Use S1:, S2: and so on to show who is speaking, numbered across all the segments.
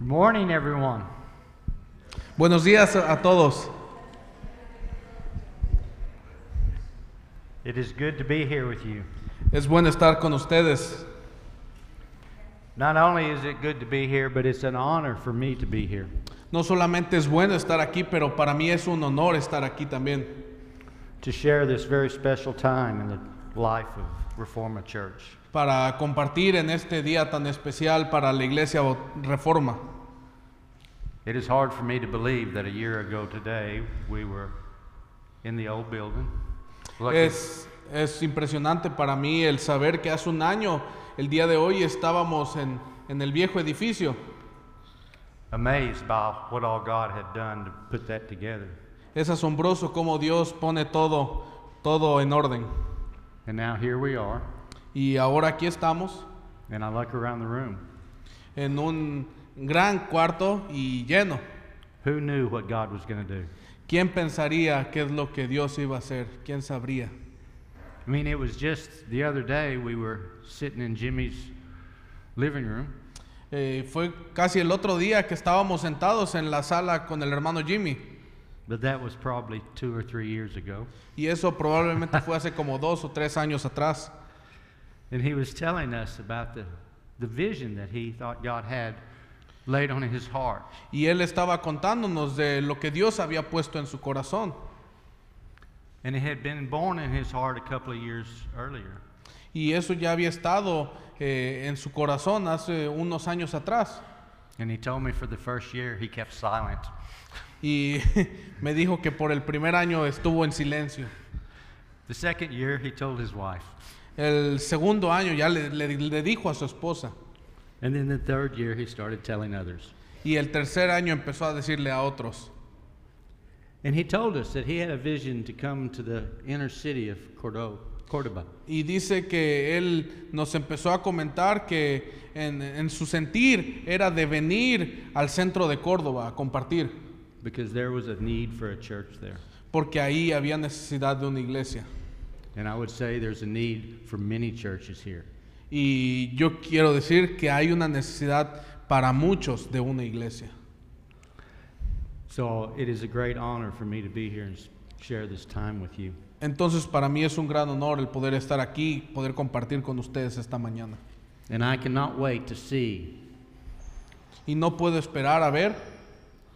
S1: Morning, everyone.
S2: Buenos días a a todos.
S1: It is good to be here with you.
S2: Es bueno estar con ustedes.
S1: Not only is it good to be here, but it's an honor for me to be here.
S2: No solamente es bueno estar aquí, pero para mí es un honor estar aquí también
S1: to share this very special time in the life of Reforma Church.
S2: para compartir en este día tan especial para la Iglesia Bau- Reforma.
S1: It is hard for me to believe that a year ago today we were in the old building. Lucky-
S2: Es, es impresionante para mí el saber que hace un año, el día de hoy, estábamos en, en el viejo edificio,
S1: amazed by what all God had done to put that together.
S2: Es asombroso cómo Dios pone todo, todo en orden.
S1: And now here we are,
S2: Y ahora aquí estamos
S1: and I look around the room.
S2: en un gran cuarto y lleno.
S1: Who knew what God was going to do?
S2: ¿Quién pensaría qué es lo que Dios iba a hacer? ¿Quién sabría?
S1: I mean, it was just the other day we were sitting in Jimmy's living room,
S2: Eh, fue casi el otro día que estábamos sentados en la sala con el hermano Jimmy.
S1: but that was probably two or three years ago.
S2: Y eso probablemente fue hace como dos o tres años atrás.
S1: And he was telling us about the, the vision that he thought God had laid on his heart.
S2: Y él estaba contándonos de lo que Dios había puesto en su corazón.
S1: And it had been born in his heart a couple of years earlier.
S2: Y eso ya había estado eh, en su corazón hace unos años atrás.
S1: And he told me for the first year he kept silent.
S2: Y me dijo que por el primer año estuvo en silencio.
S1: The second year he told his wife.
S2: El segundo año ya le, le- le dijo a su esposa.
S1: And then the third year he started telling others.
S2: Y el tercer año empezó a decirle a otros.
S1: And he told us that he had a vision to come to the inner city of Cordo- Cordoba.
S2: Y dice que él nos empezó a comentar que en, en su sentir era de venir al centro de Córdoba a compartir,
S1: because there was a need for a church there.
S2: porque ahí había necesidad de una iglesia.
S1: And I would say there's a need for many churches here.
S2: Y yo quiero decir que hay una necesidad para muchos de una iglesia.
S1: So it is a great honor for me to be here and s- share this time with you.
S2: Entonces para mí es un gran honor el poder estar aquí, poder compartir con ustedes esta mañana.
S1: And I cannot wait to see
S2: Y no puedo esperar a ver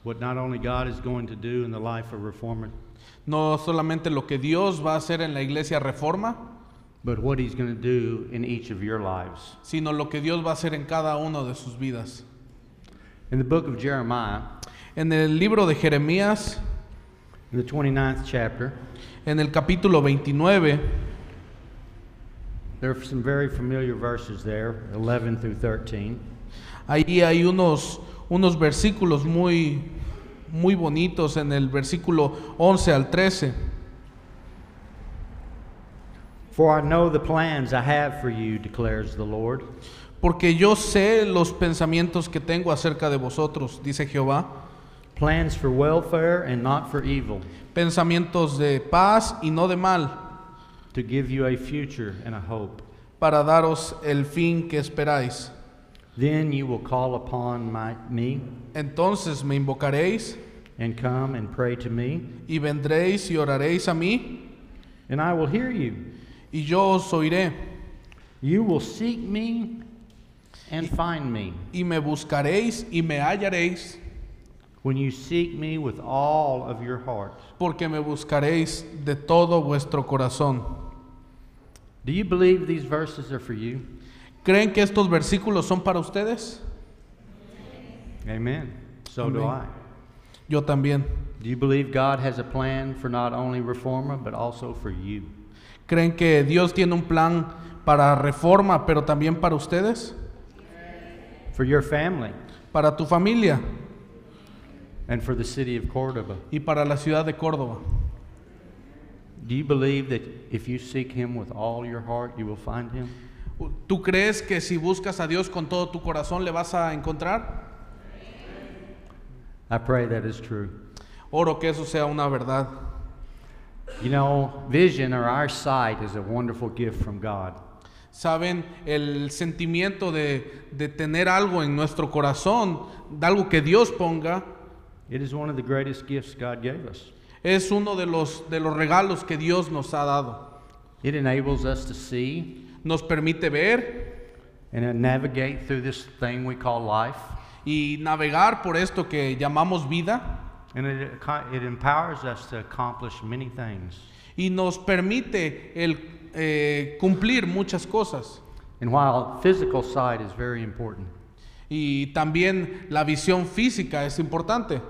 S1: what not only God is going to do in the life of Reformer,
S2: no solamente lo que Dios va a hacer en la iglesia reforma,
S1: but what He's going to do in each of your lives.
S2: sino lo que Dios va a hacer en cada uno de sus vidas.
S1: In the book of Jeremiah,
S2: En el libro de Jeremías,
S1: in the 29th chapter,
S2: en el capítulo 29,
S1: there are some very familiar verses there, 11 through 13.
S2: ahí hay unos, unos versículos muy, muy bonitos, en el versículo 11 al 13.
S1: For I know the plans I have for you, declares the Lord.
S2: Porque yo sé los pensamientos que tengo acerca de vosotros, dice Jehová,
S1: plans for welfare and not for evil,
S2: pensamientos de paz y no de mal,
S1: to give you a future and a hope.
S2: para daros el fin que esperáis.
S1: Then you will call upon my, me
S2: Entonces me invocaréis
S1: and come and pray to me,
S2: y vendréis y oraréis a mí,
S1: and I will hear you.
S2: y yo os oiré,
S1: You will seek me and find me
S2: y me buscaréis y me hallaréis,
S1: when you seek me with all of your heart.
S2: porque me buscaréis de todo vuestro corazón.
S1: Do you believe these verses are for you?
S2: ¿Creen que estos versículos son para ustedes?
S1: Amen. So do I.
S2: Amen. Yo también.
S1: Do you believe God has a plan for not only Reforma, but also for you?
S2: ¿Creen que Dios tiene un plan para reforma, pero también para ustedes?
S1: For your family
S2: Para tu familia
S1: and for the city of Cordoba?
S2: y para la ciudad de Córdoba.
S1: Do you believe that if you seek him with all your heart, you will find him?
S2: ¿Tú crees que si buscas a Dios con todo tu corazón le vas a encontrar?
S1: I pray that is true.
S2: Oro que eso sea una verdad.
S1: You know, vision or our sight is a wonderful gift from God.
S2: saben el sentimiento de, de tener algo en nuestro corazón, de algo que Dios ponga,
S1: It is one of the greatest gifts God gave us.
S2: es uno de los, de los regalos que Dios nos ha dado.
S1: It enables us to see
S2: Nos permite ver
S1: and to navigate through this thing we call life.
S2: y navegar por esto que llamamos vida
S1: And it, ac- it empowers us to accomplish many things.
S2: y nos permite el, eh, cumplir muchas cosas.
S1: And while physical sight is very important,
S2: Y también la visión física es importante,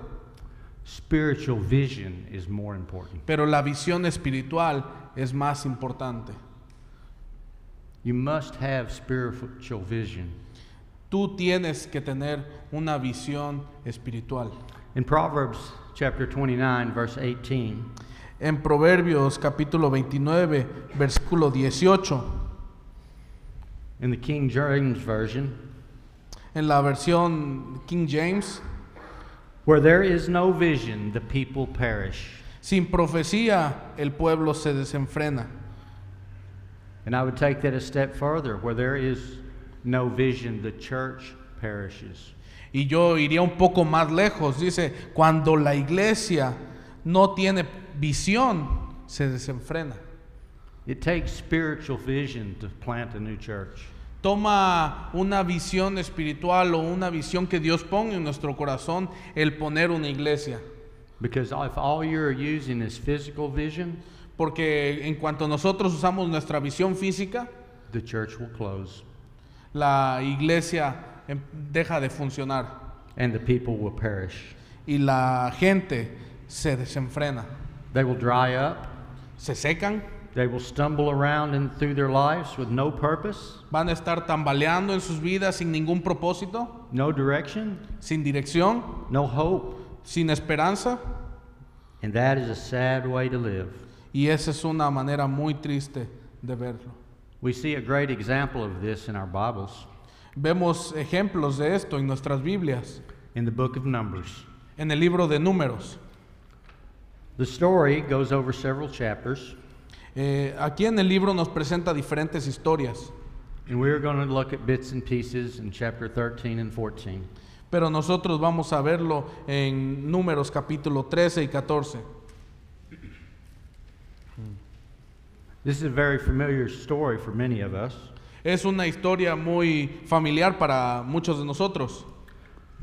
S1: spiritual vision is more important.
S2: pero la visión espiritual es más importante.
S1: You must have spiritual vision.
S2: Tú tienes que tener una visión espiritual.
S1: In Proverbs chapter 29, verse 18,
S2: En Proverbios capítulo 29, versículo 18,
S1: in the King James Version,
S2: en la versión King James,
S1: where there is no vision, the people perish.
S2: sin profecía el pueblo se desenfrena.
S1: And I would take that a step further where there is no vision, the church perishes.
S2: Y yo iría un poco más lejos. Dice, cuando la iglesia no tiene visión, se desenfrena.
S1: It takes spiritual vision to plant a new church.
S2: Toma una visión espiritual o una visión que Dios ponga en nuestro corazón el poner una iglesia.
S1: Because if all you're using is physical vision,
S2: Porque en cuanto nosotros usamos nuestra visión física,
S1: the church will close
S2: la iglesia em- deja de funcionar
S1: and the people will perish.
S2: y la gente se desenfrena.
S1: They will dry up,
S2: Se secan,
S1: they will stumble around and through their lives with no purpose,
S2: van a estar tambaleando en sus vidas sin ningún propósito,
S1: no direction,
S2: sin dirección.
S1: no hope.
S2: sin esperanza
S1: And that is a sad way to live.
S2: y esa es una manera muy triste de verlo.
S1: We see a great example of this in our Bibles,
S2: Vemos ejemplos de esto en nuestras Biblias,
S1: in the book of Numbers.
S2: en el libro de números.
S1: The story goes over several chapters,
S2: Eh, aquí en el libro nos presenta diferentes historias,
S1: and we're going to look at bits and pieces in chapter 13 and 14.
S2: pero nosotros vamos a verlo en números capítulo 13 y 14.
S1: This is a very familiar story for many of us.
S2: Es una historia muy familiar para muchos de nosotros.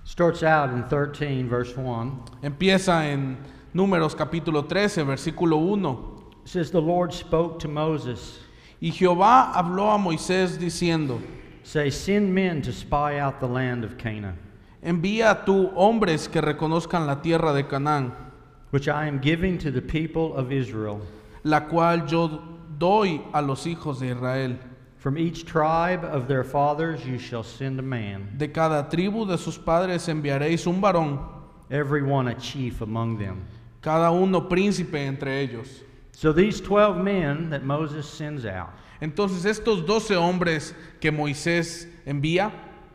S1: Starts out in 13, verse 1.
S2: Empieza en números capítulo 13, versículo 1.
S1: It says, The Lord spoke to Moses,
S2: Y Jehová habló a Moisés diciendo,
S1: Say, send men to spy out the land of Canaan,
S2: Envía a tú hombres que reconozcan la tierra de Canaán,
S1: which I am giving to the people of Israel.
S2: la cual yo doy a los hijos de Israel.
S1: From each tribe of their fathers you shall send a man,
S2: De cada tribu de sus padres enviaréis un varón,
S1: every one a chief among them.
S2: cada uno príncipe entre ellos.
S1: So these 12 men that Moses sends out,
S2: Entonces estos doce hombres que Moisés envía,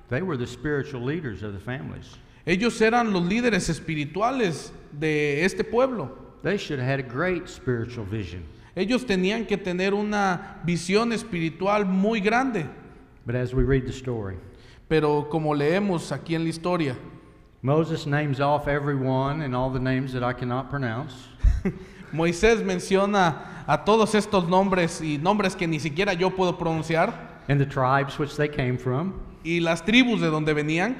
S1: They were the spiritual leaders of the families.
S2: ellos eran los líderes espirituales de este pueblo.
S1: They should have had a great spiritual vision.
S2: Ellos tenían que tener una visión espiritual muy grande.
S1: But as we read the story,
S2: Pero como leemos aquí en la historia,
S1: Moses names off everyone and all the names that I cannot pronounce.
S2: Moisés menciona a todos estos nombres y nombres que ni siquiera yo puedo pronunciar
S1: And the tribes which they came from.
S2: y las tribus de donde venían.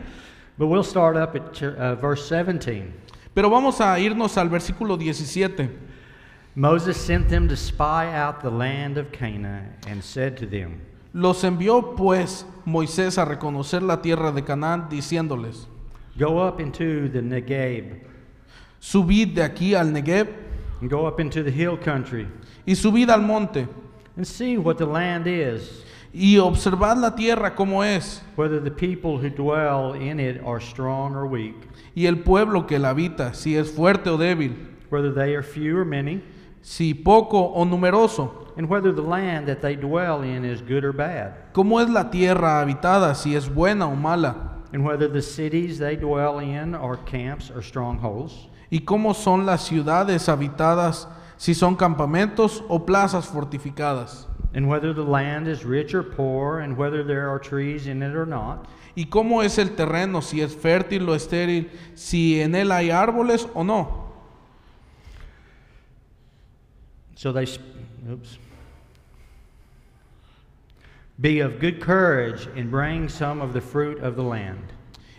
S1: But we'll start up at uh, verse 17.
S2: Pero vamos a irnos al versículo 17.
S1: Moses sent them to spy out the land of Canaan and said to them,
S2: Los envió pues Moisés a reconocer la tierra de Canaán, diciéndoles,
S1: Go up into the Negeb,
S2: subid de aquí al Negev
S1: and go up into the hill country,
S2: y subid al monte
S1: and see what the land is,
S2: y observad la tierra como es
S1: whether the people who dwell in it are strong or weak.
S2: y el pueblo que la habita, si es fuerte o débil,
S1: whether they are few or many,
S2: si poco o numeroso,
S1: and whether the land that they dwell in is good or bad,
S2: cómo es la tierra habitada, si es buena o mala.
S1: and whether the cities they dwell in are camps or strongholds,
S2: ¿Y cómo son las ciudades habitadas, si son campamentos o plazas fortificadas?
S1: and whether the land is rich or poor, and whether there are trees in it or not,
S2: y cómo es el terreno, si es fértil o estéril, si en él hay árboles o no.
S1: So they, sp- oops. Be of good courage and bring some of the fruit of the land,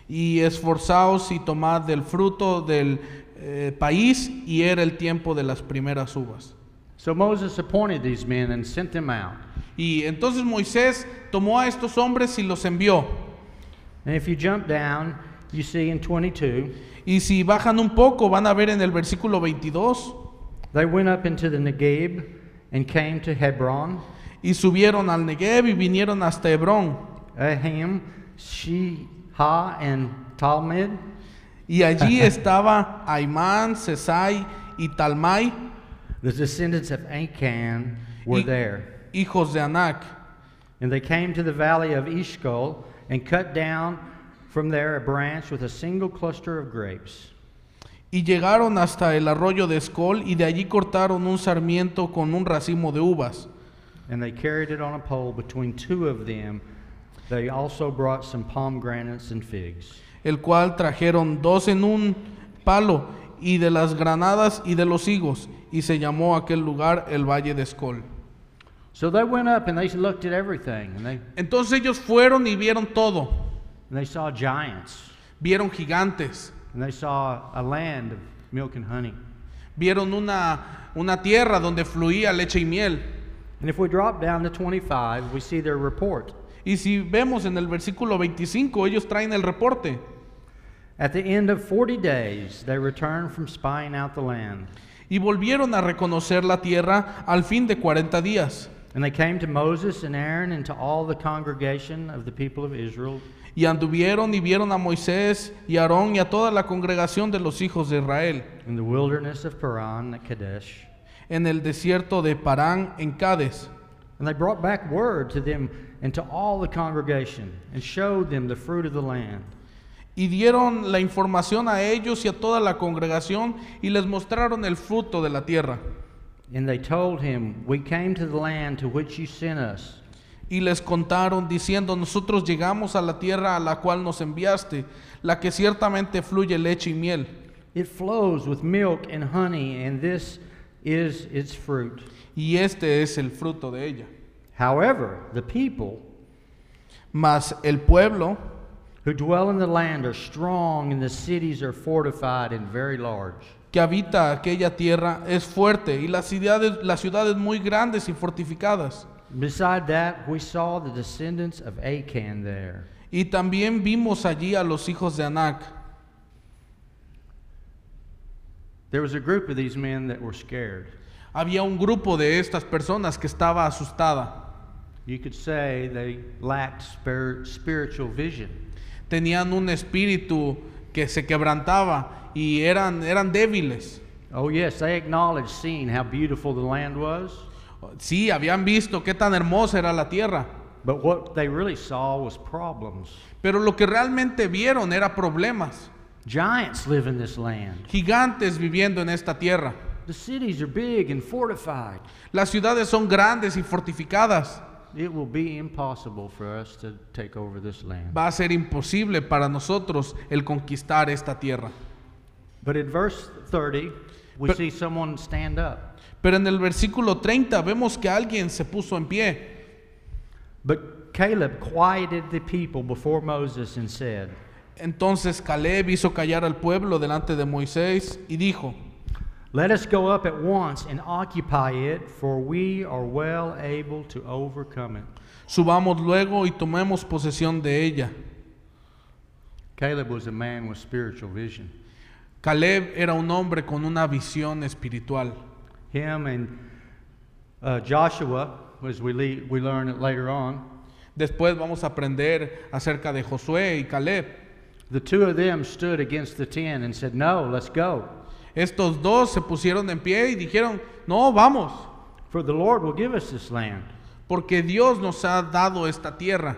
S2: Y esforzaos y tomad del fruto del eh, país y era el tiempo de las primeras uvas.
S3: So Moses appointed these men and sent them out.
S2: Y entonces Moisés tomó a estos hombres y los envió.
S1: And if you jump down, you see in 22,
S2: Y si bajan un poco van a ver en el versículo 22,
S1: they went up into the Negeb and came to Hebron,
S2: y subieron al Negev y vinieron hasta Hebrón.
S1: Aham, Sheha, and Talmud.
S2: Y allí estaba Aimán, Sesai y Talmai,
S1: The descendants of Achan were
S2: Y-
S1: there.
S2: hijos de Anac.
S1: And they came to the valley of Eshcol and cut down from there a branch with a single cluster of grapes.
S2: Y llegaron hasta el arroyo de Escol y de allí cortaron un sarmiento con un racimo de uvas.
S1: And they carried it on a pole between two of them. They also brought some pomegranates and figs.
S2: el cual trajeron dos en un palo y de las granadas y de los higos, y se llamó aquel lugar el Valle de Escol.
S1: So they went up and they looked at everything, and they, and
S2: Entonces ellos fueron y vieron todo,
S1: they saw giants,
S2: vieron gigantes,
S1: and they saw a land of milk and honey.
S2: vieron una, una tierra donde fluía leche y miel.
S1: And if we drop down to 25, we see their report.
S2: Y si vemos en el versículo 25, ellos traen el reporte.
S1: At the end of 40 days, they returned from spying out the land.
S2: Y volvieron a reconocer la tierra al fin de 40 días.
S1: And they came to Moses and Aaron and to all the congregation of the people of Israel,
S2: Y anduvieron y vieron a Moisés y a Aarón y a toda la congregación de los hijos de Israel.
S1: in the wilderness of Paran at Kadesh.
S2: en el desierto de Parán, en Cádiz.
S1: And they brought back word to them and to all the congregation and showed them the fruit of the land.
S2: Y dieron la información a ellos y a toda la congregación y les mostraron el fruto de la tierra.
S1: And they told him, We came to the land to which you sent us.
S2: Y les contaron diciendo, nosotros llegamos a la tierra a la cual nos enviaste, la que ciertamente fluye leche y miel,
S1: It flows with milk and honey, and this is its fruit.
S2: y este es el fruto de ella.
S1: However, the people
S2: Mas el pueblo
S1: who dwell in the land are strong, and the cities are fortified and very large.
S2: que habita aquella tierra es fuerte, y las ciudades, las ciudades muy grandes y fortificadas.
S1: Beside that, we saw the descendants of Achan there.
S2: Y también vimos allí a los hijos de Anac.
S3: There was a group of these men that were scared.
S2: Había un grupo de estas personas que estaba asustada.
S3: You could say they lacked spir- spiritual vision.
S2: Tenían un espíritu que se quebrantaba y eran, eran débiles.
S1: Oh, yes, they acknowledged seeing how beautiful the land was,
S2: Sí, habían visto qué tan hermosa era la tierra,
S1: but what they really saw was problems.
S2: pero lo que realmente vieron era problemas.
S1: Giants live in this land.
S2: Gigantes viviendo en esta tierra.
S1: The cities are big and fortified.
S2: Las ciudades son grandes y fortificadas.
S1: It will be impossible for us to take over this land.
S2: Va a ser imposible para nosotros el conquistar esta tierra.
S1: But in verse 30, we
S2: But-
S1: see someone stand up.
S2: Pero en el versículo 30 vemos que alguien se puso en pie.
S1: But Caleb quieted the people before Moses and said,
S2: Entonces Caleb hizo callar al pueblo delante de Moisés y dijo,
S1: Let us go up at once and occupy it, for we are well able to overcome it.
S2: subamos luego y tomemos posesión de ella.
S3: Caleb was a man with spiritual vision.
S2: Caleb era un hombre con una visión espiritual.
S3: Him and uh, Joshua, as we, le- we learn it later on,
S2: Después vamos a aprender acerca de Josué y Caleb.
S3: the two of them stood against the ten and said, No, let's go.
S2: Estos dos se pusieron en pie y dijeron, no, vamos,
S1: For the Lord will give us this land.
S2: porque Dios nos ha dado esta tierra.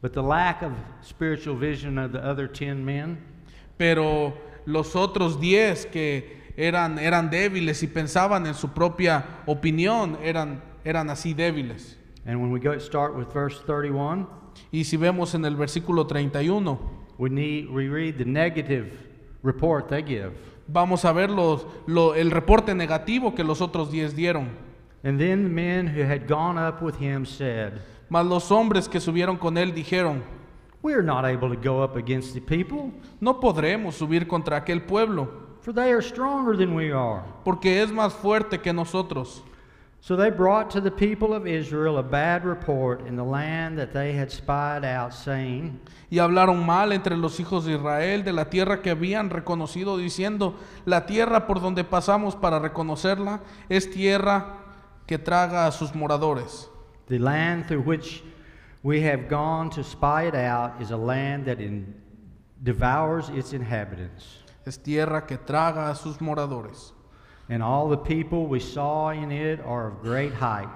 S3: But the lack of spiritual vision of the other ten men
S2: Pero los otros diez que eran, eran débiles y pensaban en su propia opinión, eran eran así débiles.
S1: And when we go start with verse 31,
S2: Y si vemos en el versículo 31,
S1: we need we read the negative report they give.
S2: vamos a ver los- lo- el reporte negativo que los otros diez dieron.
S1: And then the men who had gone up with him said,
S2: Mas los hombres que subieron con él dijeron,
S1: We are not able to go up against the people,
S2: no podremos subir contra aquel pueblo,
S1: for they are stronger than we are.
S2: porque es más fuerte que nosotros.
S1: So they brought to the people of Israel a bad report in the land that they had spied out, saying,
S2: Y hablaron mal entre los hijos de Israel de la tierra que habían reconocido, diciendo, la tierra por donde pasamos para reconocerla es tierra que traga a sus moradores.
S1: The land through which we have gone to spy it out is a land that in devours its inhabitants.
S2: Es tierra que traga a sus moradores.
S1: And all the people we saw in it are of great height.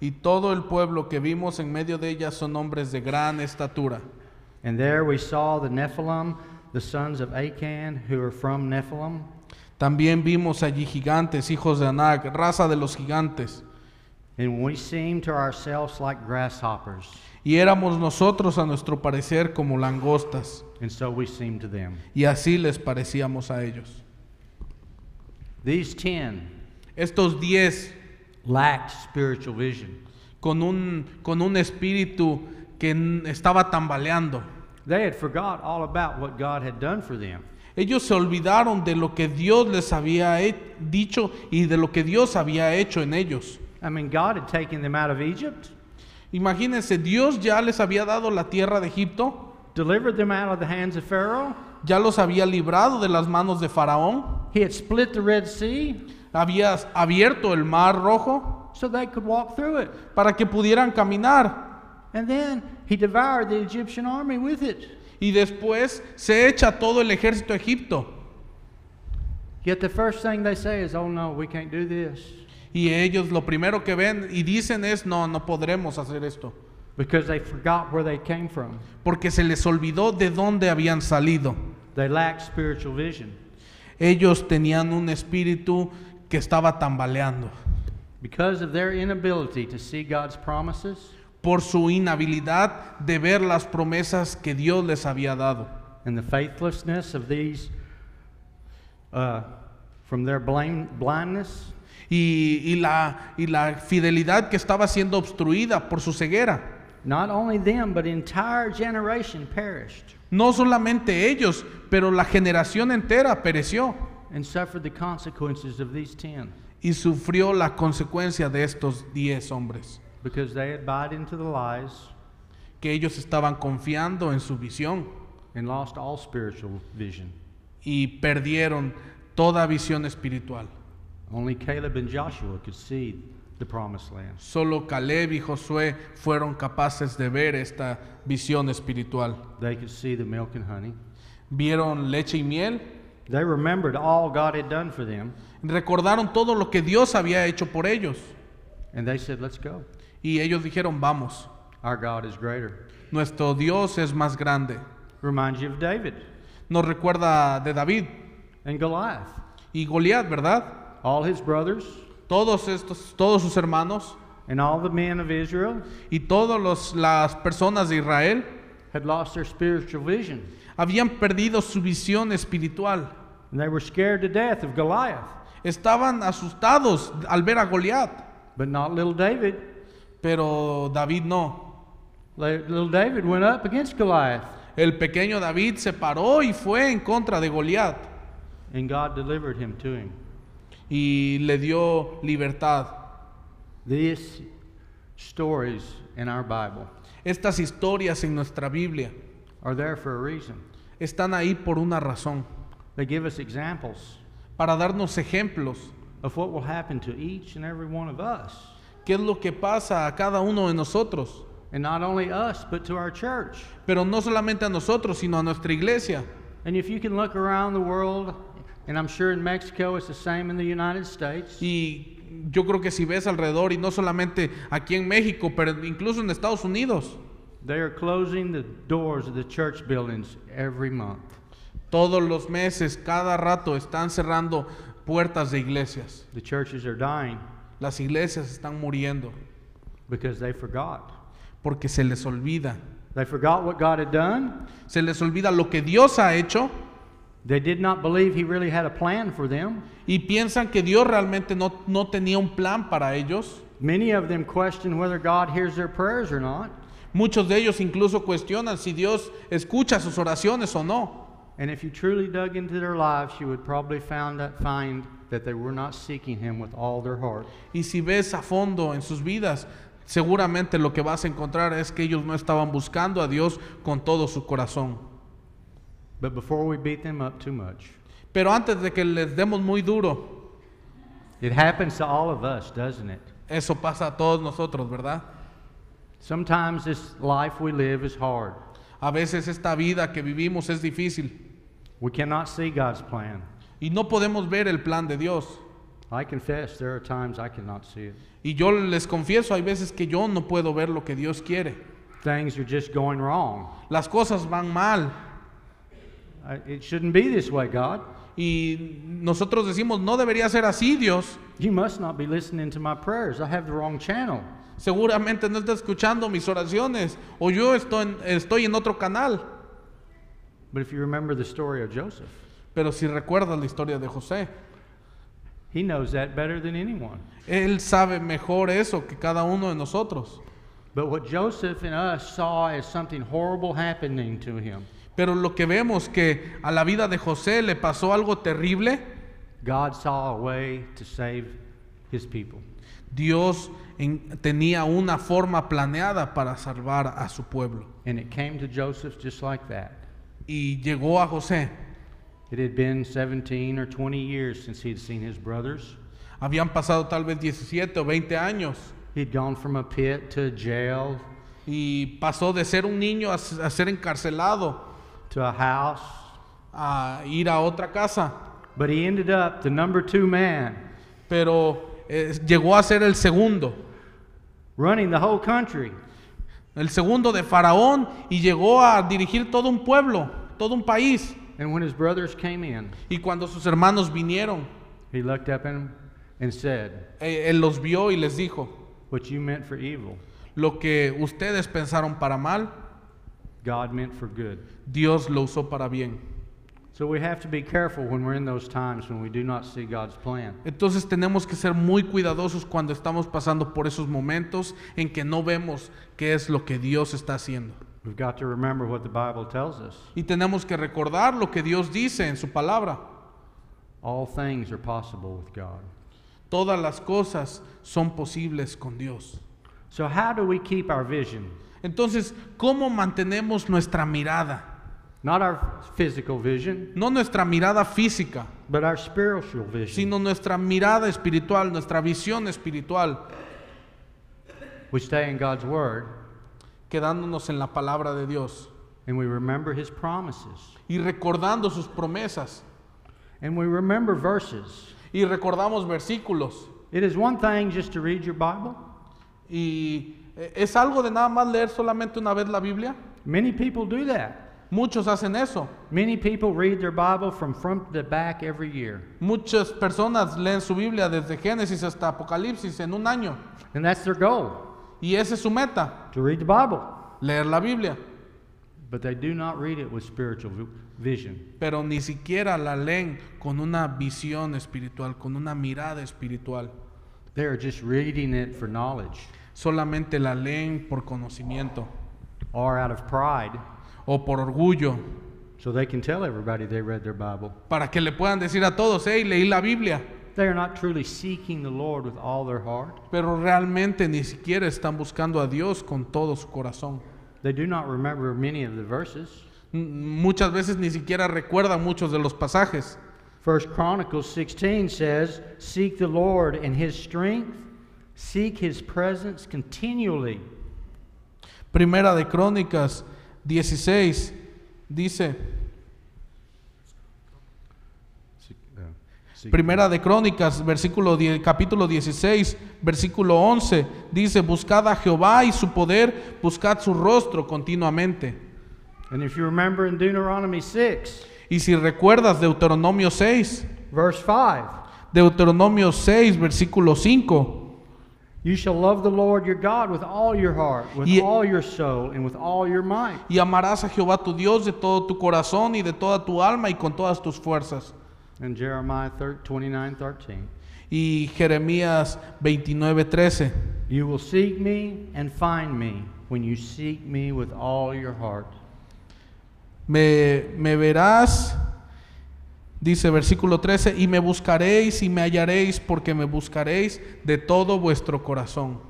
S2: Y todo el pueblo que vimos en medio de ella son hombres de gran estatura.
S1: And there we saw the Nephilim, the sons of Achan, who are from Nephilim.
S2: También vimos allí gigantes, hijos de Anak, raza de los gigantes.
S1: And we seemed to ourselves like grasshoppers,
S2: Y éramos nosotros a nuestro parecer como langostas.
S1: and so we seemed to them.
S2: Y así les parecíamos a ellos.
S1: These ten
S2: Estos diez,
S1: lacked spiritual vision.
S2: con un, con un espíritu que n- estaba tambaleando,
S1: They had forgot all about what God had done for them.
S2: ellos se olvidaron de lo que Dios les había he- dicho y de lo que Dios había hecho en ellos.
S1: I mean, God had taken them out of Egypt.
S2: Imagínense, Dios ya les había dado la tierra de Egipto,
S1: delivered them out of the hands of Pharaoh.
S2: ya los había librado de las manos de Faraón,
S1: He had split the Red Sea
S2: había abierto el mar rojo
S1: so they could walk through it.
S2: para que pudieran caminar.
S1: And then he devoured the Egyptian army with it.
S2: Y después se echa todo el ejército a Egipto.
S1: Yet the first thing they say is, oh no, we can't do this
S2: Y ellos lo primero que ven y dicen es, no, no podremos hacer esto.
S1: because they forgot where they came from.
S2: Porque se les olvidó de dónde habían salido.
S1: They lacked spiritual vision
S2: Ellos tenían un espíritu que estaba tambaleando
S1: because of their inability to see God's promises.
S2: por su inhabilidad de ver las promesas que Dios les había dado.
S1: and the faithlessness of these uh, from their blame, blindness.
S2: Y, y la, y la fidelidad que estaba siendo obstruida por su ceguera.
S1: Not only them, but entire generation perished
S2: No solamente ellos, pero la generación entera pereció
S1: and suffered the consequences of these ten
S2: y sufrió la consecuencia de estos diez hombres,
S1: because they had bought into the lies
S2: que ellos estaban confiando en su visión
S1: and lost all spiritual vision.
S2: y perdieron toda visión espiritual.
S1: Only Caleb and Joshua could see the promised land.
S2: Solo Caleb y Josué fueron capaces de ver esta visión espiritual.
S1: They could see the milk and honey.
S2: Vieron leche y miel,
S1: They remembered all God had done for them,
S2: recordaron todo lo que Dios había hecho por ellos
S1: and they said, Let's go.
S2: y ellos dijeron, vamos,
S1: Our God is greater.
S2: nuestro Dios es más grande.
S1: Reminds you of David
S2: Nos recuerda de David
S1: and Goliath.
S2: y Goliat, ¿verdad?
S1: All his brothers
S2: todos estos, todos sus hermanos
S1: and all the men of Israel
S2: y todas las personas de Israel
S1: had lost their spiritual vision,
S2: habían perdido su visión espiritual.
S1: and they were scared to death of Goliath.
S2: Estaban asustados al ver a Goliat,
S1: But not little David.
S2: pero David no.
S1: La- Little David went up against Goliath,
S2: El pequeño David se paró y fue en contra de Goliat
S1: and God delivered him to him.
S2: y le dio libertad.
S1: These stories in our Bible
S2: Estas historias en nuestra Biblia
S1: are there for a reason.
S2: están ahí por una razón,
S1: They give us examples
S2: para darnos ejemplos.
S1: of what will happen to each and every one of us,
S2: ¿Qué es lo que pasa a cada uno de nosotros?
S1: and not only us, but to our church.
S2: pero no solamente a nosotros, sino a nuestra iglesia.
S1: And if you can look around the world, and I'm sure in Mexico it's the same in the United States,
S2: Y yo creo que si ves alrededor, y no solamente aquí en México, pero incluso en Estados Unidos,
S1: they are closing the doors of the church buildings every month.
S2: todos los meses, cada rato, están cerrando puertas de iglesias.
S1: The churches are dying.
S2: Las iglesias están muriendo
S1: because they forgot.
S2: porque se les olvida.
S1: They forgot what God had done.
S2: Se les olvida lo que Dios ha hecho
S1: They did not believe He really had a plan for them.
S2: y piensan que Dios realmente no, no tenía un plan para ellos.
S1: Many of them question whether God hears their prayers or not.
S2: Muchos de ellos incluso cuestionan si Dios escucha sus oraciones o no.
S1: And if you truly dug into their lives, you would probably found that, find that they were not seeking Him with all their heart.
S2: Y si ves a fondo en sus vidas, seguramente lo que vas a encontrar es que ellos no estaban buscando a Dios con todo su corazón.
S1: But before we beat them up too much,
S2: Pero antes de que les demos muy duro,
S1: it happens to all of us, doesn't it?
S2: eso pasa a todos nosotros, ¿verdad?
S1: Sometimes this life we live is hard.
S2: A veces esta vida que vivimos es difícil
S1: We cannot see God's plan.
S2: y no podemos ver el plan de Dios.
S1: I confess there are times I cannot see it.
S2: Y yo les confieso, hay veces que yo no puedo ver lo que Dios quiere.
S1: Things are just going wrong.
S2: Las cosas van mal
S1: I- It shouldn't be this way, God.
S2: y nosotros decimos, no debería ser así Dios.
S1: You must not be listening to my prayers. I have the wrong channel.
S2: Seguramente no está escuchando mis oraciones o yo estoy en, estoy en otro canal.
S1: But if you remember the story of Joseph,
S2: Pero si recuerdas la historia de José,
S1: he knows that better than anyone.
S2: él sabe mejor eso que cada uno de nosotros.
S1: But what Joseph and us saw as something horrible happening to him,
S2: Pero lo que vemos que a la vida de José le pasó algo terrible,
S1: God saw a way to save his people.
S2: Dios en- tenía una forma planeada para salvar a su pueblo.
S1: And it came to Joseph just like that.
S2: Y llegó a José.
S1: It had been 17 or 20 years since he had seen his brothers.
S2: Habían pasado tal vez 17 o 20 años
S1: He'd gone from a pit to a jail
S2: y pasó de ser un niño a, s- a ser encarcelado,
S1: to a house,
S2: a ir a otra casa.
S1: but he ended up the number two man,
S2: Pero eh, llegó a ser el segundo,
S1: running the whole country.
S2: el segundo de Faraón y llegó a dirigir todo un pueblo, todo un país.
S1: And when his brothers came in,
S2: Y cuando sus hermanos vinieron,
S1: he looked up and, and said,
S2: eh, él los vio y les dijo,
S1: What you meant for evil,
S2: lo que ustedes pensaron para mal,
S1: God meant for good.
S2: Dios lo usó para bien.
S1: So we have to be careful when we're in those times when we do not see God's plan.
S2: Entonces tenemos que ser muy cuidadosos cuando estamos pasando por esos momentos en que no vemos qué es lo que Dios está haciendo.
S1: We've got to remember what the Bible tells us.
S2: Y tenemos que recordar lo que Dios dice en su palabra.
S1: All things are possible with God.
S2: Todas las cosas son posibles con Dios.
S1: So, how do we keep our vision?
S2: Entonces, ¿cómo mantenemos nuestra mirada?
S1: Not our physical vision,
S2: No nuestra mirada física,
S1: but our spiritual vision,
S2: sino nuestra mirada espiritual, nuestra visión espiritual,
S1: we stay in God's Word
S2: quedándonos en la palabra de Dios
S1: and we remember His promises.
S2: y recordando sus promesas
S1: And we remember verses.
S2: y recordamos versículos.
S1: It is one thing just to read your Bible.
S2: Y eh, es algo de nada más leer solamente una vez la Biblia.
S1: Many people do that.
S2: Muchos hacen eso.
S1: Many people read their Bible from front to back every year.
S2: Muchas personas leen su Biblia desde Génesis hasta Apocalipsis en un año.
S1: And that's their goal
S2: Y esa es su meta,
S1: to read the Bible.
S2: leer la Biblia.
S1: But they do not read it with spiritual vi- vision.
S2: Pero ni siquiera la leen con una visión espiritual, con una mirada espiritual.
S1: They are just reading it for knowledge
S2: Solamente la leen por conocimiento
S1: or out of pride
S2: o por orgullo.
S1: so they can tell everybody they read their Bible.
S2: Para que le puedan decir a todos, hey, leí la Biblia.
S1: They are not truly seeking the Lord with all their heart.
S2: Pero realmente ni siquiera están buscando a Dios con todo su corazón.
S1: They do not remember many of the verses.
S2: M- muchas veces ni siquiera recuerda muchos de los pasajes.
S1: First Chronicles 16 says, "Seek the Lord and his strength, seek his presence continually."
S2: Primera de Crónicas 16 dice, Primera de Crónicas, versículo die- capítulo 16, versículo 11, dice, buscad a Jehová y su poder, buscad su rostro continuamente.
S1: And if you remember in Deuteronomy 6,
S2: Y si recuerdas Deuteronomio 6,
S1: verse 5,
S2: Deuteronomio 6, versículo 5,
S1: You shall love the Lord your God with all your heart, with
S2: Ye-
S1: all your soul, and with all your might.
S2: Y amarás a Jehová tu Dios de todo tu corazón y de toda tu alma y con todas tus fuerzas.
S1: In Jeremiah 30, 29 13.
S2: Y Jeremías 29:13.
S1: You will seek me and find me when you seek me with all your heart.
S2: Me, me verás, dice versículo 13, y me buscaréis y me hallaréis porque me buscaréis de todo vuestro corazón.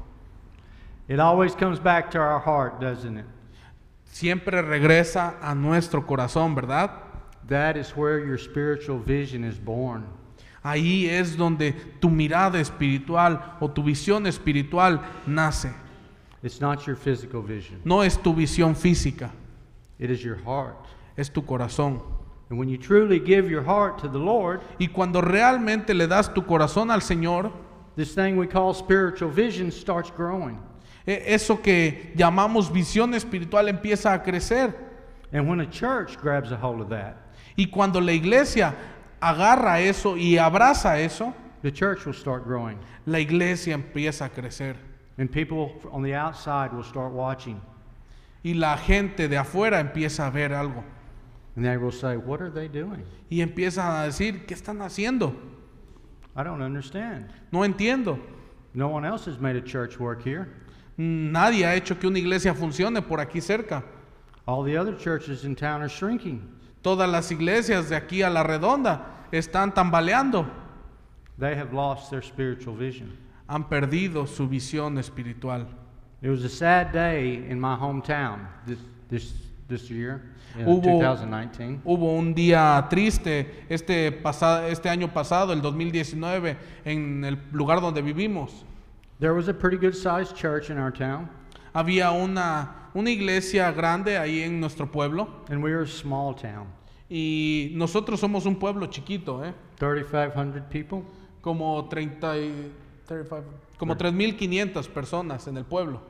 S1: It always comes back to our heart, doesn't it?
S2: Siempre regresa a nuestro corazón, ¿verdad?
S1: That is where your spiritual vision is born.
S2: Ahí es donde tu mirada espiritual o tu visión espiritual nace.
S1: It's not your physical vision,
S2: No es tu visión física,
S1: it is your heart.
S2: es tu corazón.
S1: And when you truly give your heart to the Lord,
S2: Y cuando realmente le das tu corazón al Señor,
S1: this thing we call spiritual vision starts growing.
S2: e- eso que llamamos visión espiritual empieza a crecer.
S1: And when a church grabs a hold of that,
S2: Y cuando la iglesia agarra eso y abraza eso,
S1: the church will start growing.
S2: la iglesia empieza a crecer.
S1: And people on the outside will start watching.
S2: Y la gente de afuera empieza a ver algo.
S1: And they will say, What are they doing?
S2: Y empieza a decir, ¿qué están haciendo?
S1: I don't understand.
S2: No entiendo.
S1: No one else has made a church work here.
S2: Nadie ha hecho que una iglesia funcione por aquí cerca.
S1: All the other churches in town are shrinking.
S2: Todas las iglesias de aquí a la redonda están tambaleando.
S1: They have lost their spiritual vision.
S2: Han perdido su visión espiritual.
S1: It was a sad day in my hometown this, this, this year, in
S2: Hubo-
S1: 2019.
S2: Hubo un día triste este, pasa- este año pasado, el 2019, en el lugar donde vivimos.
S1: There was a pretty good sized church in our town,
S2: Había una, una iglesia grande ahí en nuestro pueblo
S1: and we were a small town,
S2: y nosotros somos un pueblo chiquito, ¿eh?
S1: 3,500 people.
S2: como 30 y- 35, como 3.500 personas en el pueblo.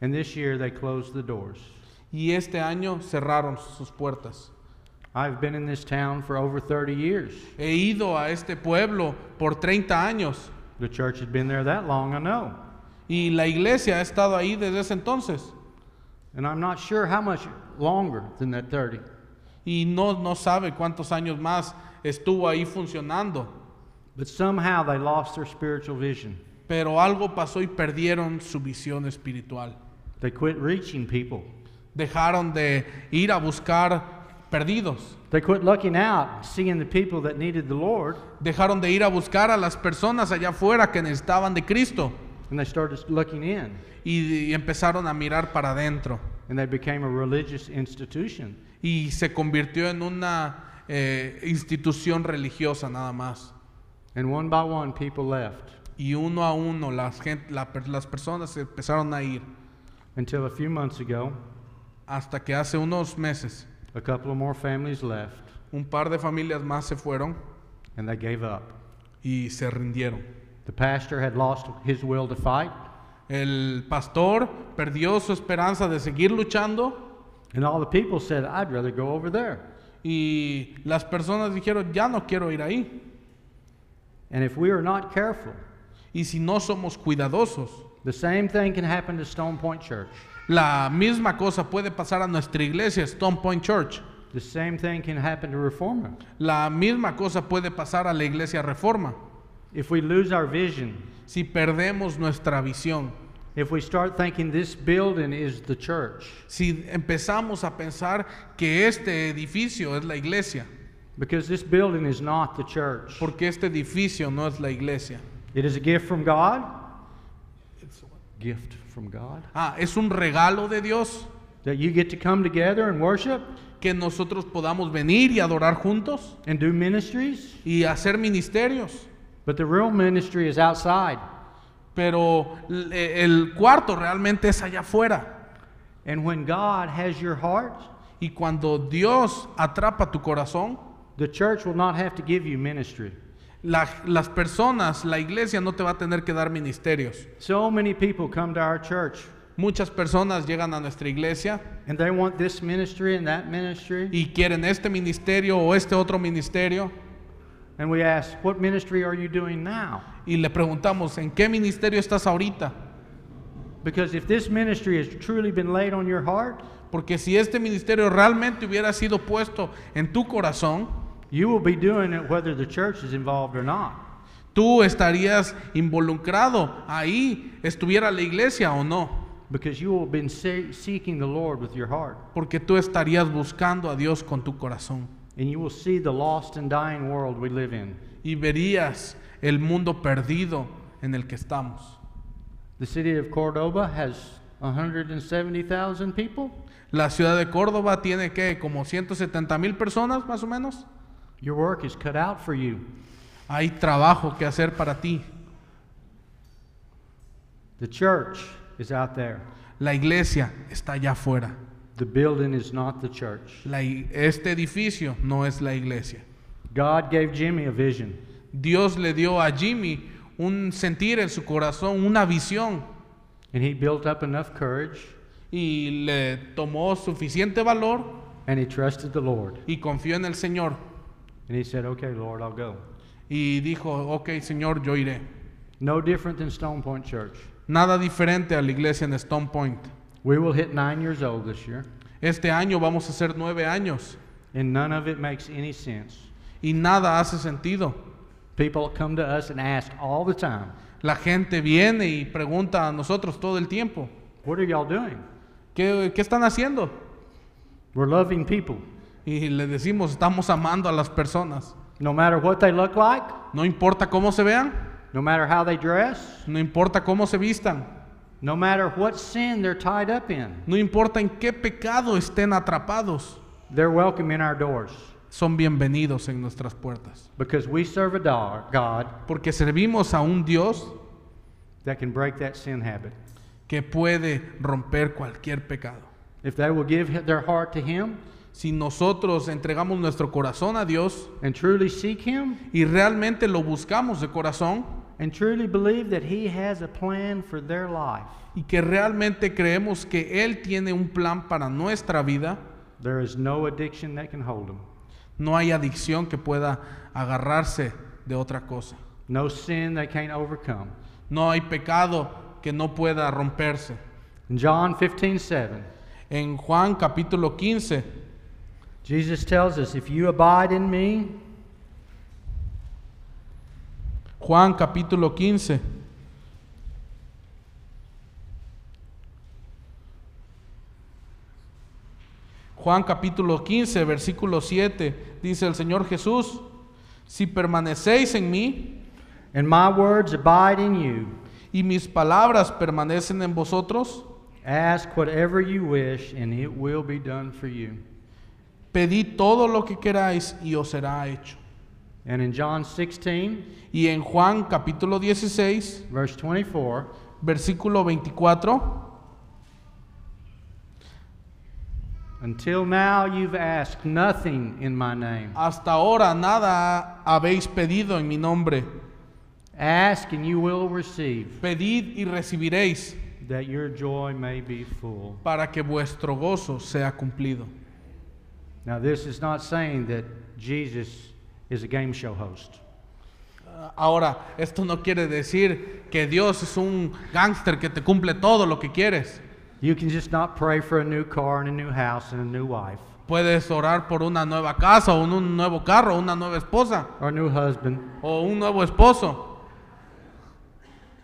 S1: And this year they closed the doors.
S2: Y este año cerraron sus puertas.
S1: I've been in this town for over 30 years.
S2: He ido a este pueblo por 30 años
S1: The church had been there that long, I know.
S2: y la iglesia ha estado ahí desde ese entonces.
S1: And I'm not sure how much longer than that 30.
S2: Y no, no sabe cuántos años más estuvo ahí funcionando.
S1: But somehow they lost their spiritual vision.
S2: Pero algo pasó y perdieron su visión espiritual.
S1: They quit reaching people.
S2: Dejaron de ir a buscar perdidos.
S1: They quit looking out, seeing the people that needed the Lord,
S2: Dejaron de ir a buscar a las personas allá afuera que necesitaban de Cristo.
S1: and they started looking in.
S2: y, y empezaron a mirar para adentro.
S1: And they became a religious institution.
S2: Y se convirtió en una eh, institución religiosa nada más.
S1: And one by one, people left
S2: Y uno a uno las, gen- la per- las personas se empezaron a ir.
S1: until a few months ago,
S2: Hasta que hace unos meses
S1: a couple of more families left,
S2: un par de familias más se fueron
S1: and they gave up.
S2: y se rindieron.
S1: The pastor had lost his will to fight,
S2: El pastor perdió su esperanza de seguir luchando
S1: and all the people said, I'd rather go over there.
S2: y las personas dijeron, ya no quiero ir ahí.
S1: And if we are not careful,
S2: Y si no somos cuidadosos,
S1: the same thing can happen to Stone Point Church.
S2: la misma cosa puede pasar a nuestra iglesia, Stone Point Church.
S1: The same thing can happen to Reformer.
S2: La misma cosa puede pasar a la iglesia reforma.
S1: If we lose our vision,
S2: Si perdemos nuestra visión,
S1: if we start thinking this building is the church,
S2: si empezamos a pensar que este edificio es la iglesia,
S1: because this building is not the church,
S2: porque este edificio no es la iglesia.
S1: it is a gift from God. Gift from God.
S2: Ah, es un regalo de Dios
S1: That you get to come together and worship
S2: que nosotros podamos venir y adorar juntos
S1: and do ministries,
S2: y hacer ministerios.
S1: but the real ministry is outside.
S2: Pero l- eh, el cuarto realmente es allá afuera.
S1: And when God has your heart,
S2: Y cuando Dios atrapa tu corazón,
S1: the church will not have to give you ministry.
S2: la- las personas, la iglesia no te va a tener que dar ministerios.
S1: So many people come to our church
S2: Muchas personas llegan a nuestra iglesia
S1: and they want this ministry and that ministry.
S2: y quieren este ministerio o este otro ministerio,
S1: And we asked, What ministry are you doing now?
S2: Y le preguntamos, ¿en qué ministerio estás ahorita?
S1: Because if this ministry has truly been laid on your heart,
S2: Porque si este ministerio realmente hubiera sido puesto en tu corazón,
S1: you will be doing it whether the church is involved or not.
S2: tú estarías involucrado ahí, estuviera la iglesia o no.
S1: Because you will have been se- seeking the Lord with your heart.
S2: Porque tú estarías buscando a Dios con tu corazón.
S1: And you will see the lost and dying world we live in.
S2: Y verías el mundo perdido en el que estamos.
S1: The city of Cordoba has 170,000 people.
S2: La ciudad de Córdoba tiene que como 170 mil personas más o menos.
S1: Your work is cut out for you.
S2: Hay trabajo que hacer para ti.
S1: The church is out there.
S2: La iglesia está allá afuera.
S1: The building is not the church.
S2: La i- este edificio no es la iglesia.
S1: God gave Jimmy a vision.
S2: Dios le dio a Jimmy un sentir en su corazón, una visión,
S1: And he built up enough courage
S2: y le tomó suficiente valor
S1: and he trusted the Lord.
S2: y confió en el Señor.
S1: And he said, Okay, Lord, I'll go.
S2: Y dijo, ok Señor, yo iré.
S1: No different than Stone Point Church.
S2: Nada diferente a la iglesia en Stone Point.
S1: We will hit nine years old this year,
S2: Este año vamos a hacer nueve años
S1: and none of it makes any sense.
S2: y nada hace sentido.
S1: People come to us and ask all the time,
S2: La gente viene y pregunta a nosotros todo el tiempo,
S1: What are y'all doing?
S2: ¿qué, qué están haciendo?
S1: We're loving people.
S2: Y le decimos, estamos amando a las personas.
S1: No matter what they look like,
S2: No importa cómo se vean,
S1: no matter how they dress,
S2: no importa cómo se vistan,
S1: no matter what sin they're tied up in,
S2: No importa en qué pecado estén atrapados,
S1: they're welcome in our doors
S2: son bienvenidos en nuestras puertas.
S1: because we serve a do- God
S2: Porque servimos a un Dios
S1: that can break that sin habit.
S2: que puede romper cualquier pecado.
S1: If they will give hi- their heart to Him
S2: Si nosotros entregamos nuestro corazón a Dios
S1: and truly seek Him
S2: y realmente lo buscamos de corazón
S1: and truly believe that He has a plan for their life,
S2: y que realmente creemos que Él tiene un plan para nuestra vida,
S1: there is no addiction that can hold them,
S2: no hay adicción que pueda agarrarse de otra cosa.
S1: no sin they can't overcome.
S2: No hay pecado que no pueda romperse.
S1: In John 15 7,
S2: En Juan capítulo 15,
S1: Jesus tells us, If you abide in me
S2: Juan capítulo 15. Juan capítulo 15, versículo 7, dice el Señor Jesús, si permanecéis en mí
S1: and my words abide in you,
S2: y mis palabras permanecen en vosotros,
S1: Ask whatever you wish, and it will be done for you.
S2: pedid todo lo que queráis y os será hecho.
S1: And in John 16,
S2: Y en Juan capítulo 16,
S1: verse 24,
S2: versículo 24,
S1: until now you've asked nothing in my name.
S2: hasta ahora nada habéis pedido en mi nombre.
S1: Ask and you will receive,
S2: Pedid y recibiréis
S1: that your joy may be full.
S2: para que vuestro gozo sea cumplido.
S1: Now, this is not saying that Jesus is a game show host.
S2: Ah, Ahora, esto no quiere decir que Dios es un gángster que te cumple todo lo que quieres.
S1: You can just not pray for a new car and a new house and a new wife
S2: Puedes orar por una nueva casa, o un- un nuevo carro, una nueva esposa,
S1: or a new husband,
S2: o un nuevo esposo.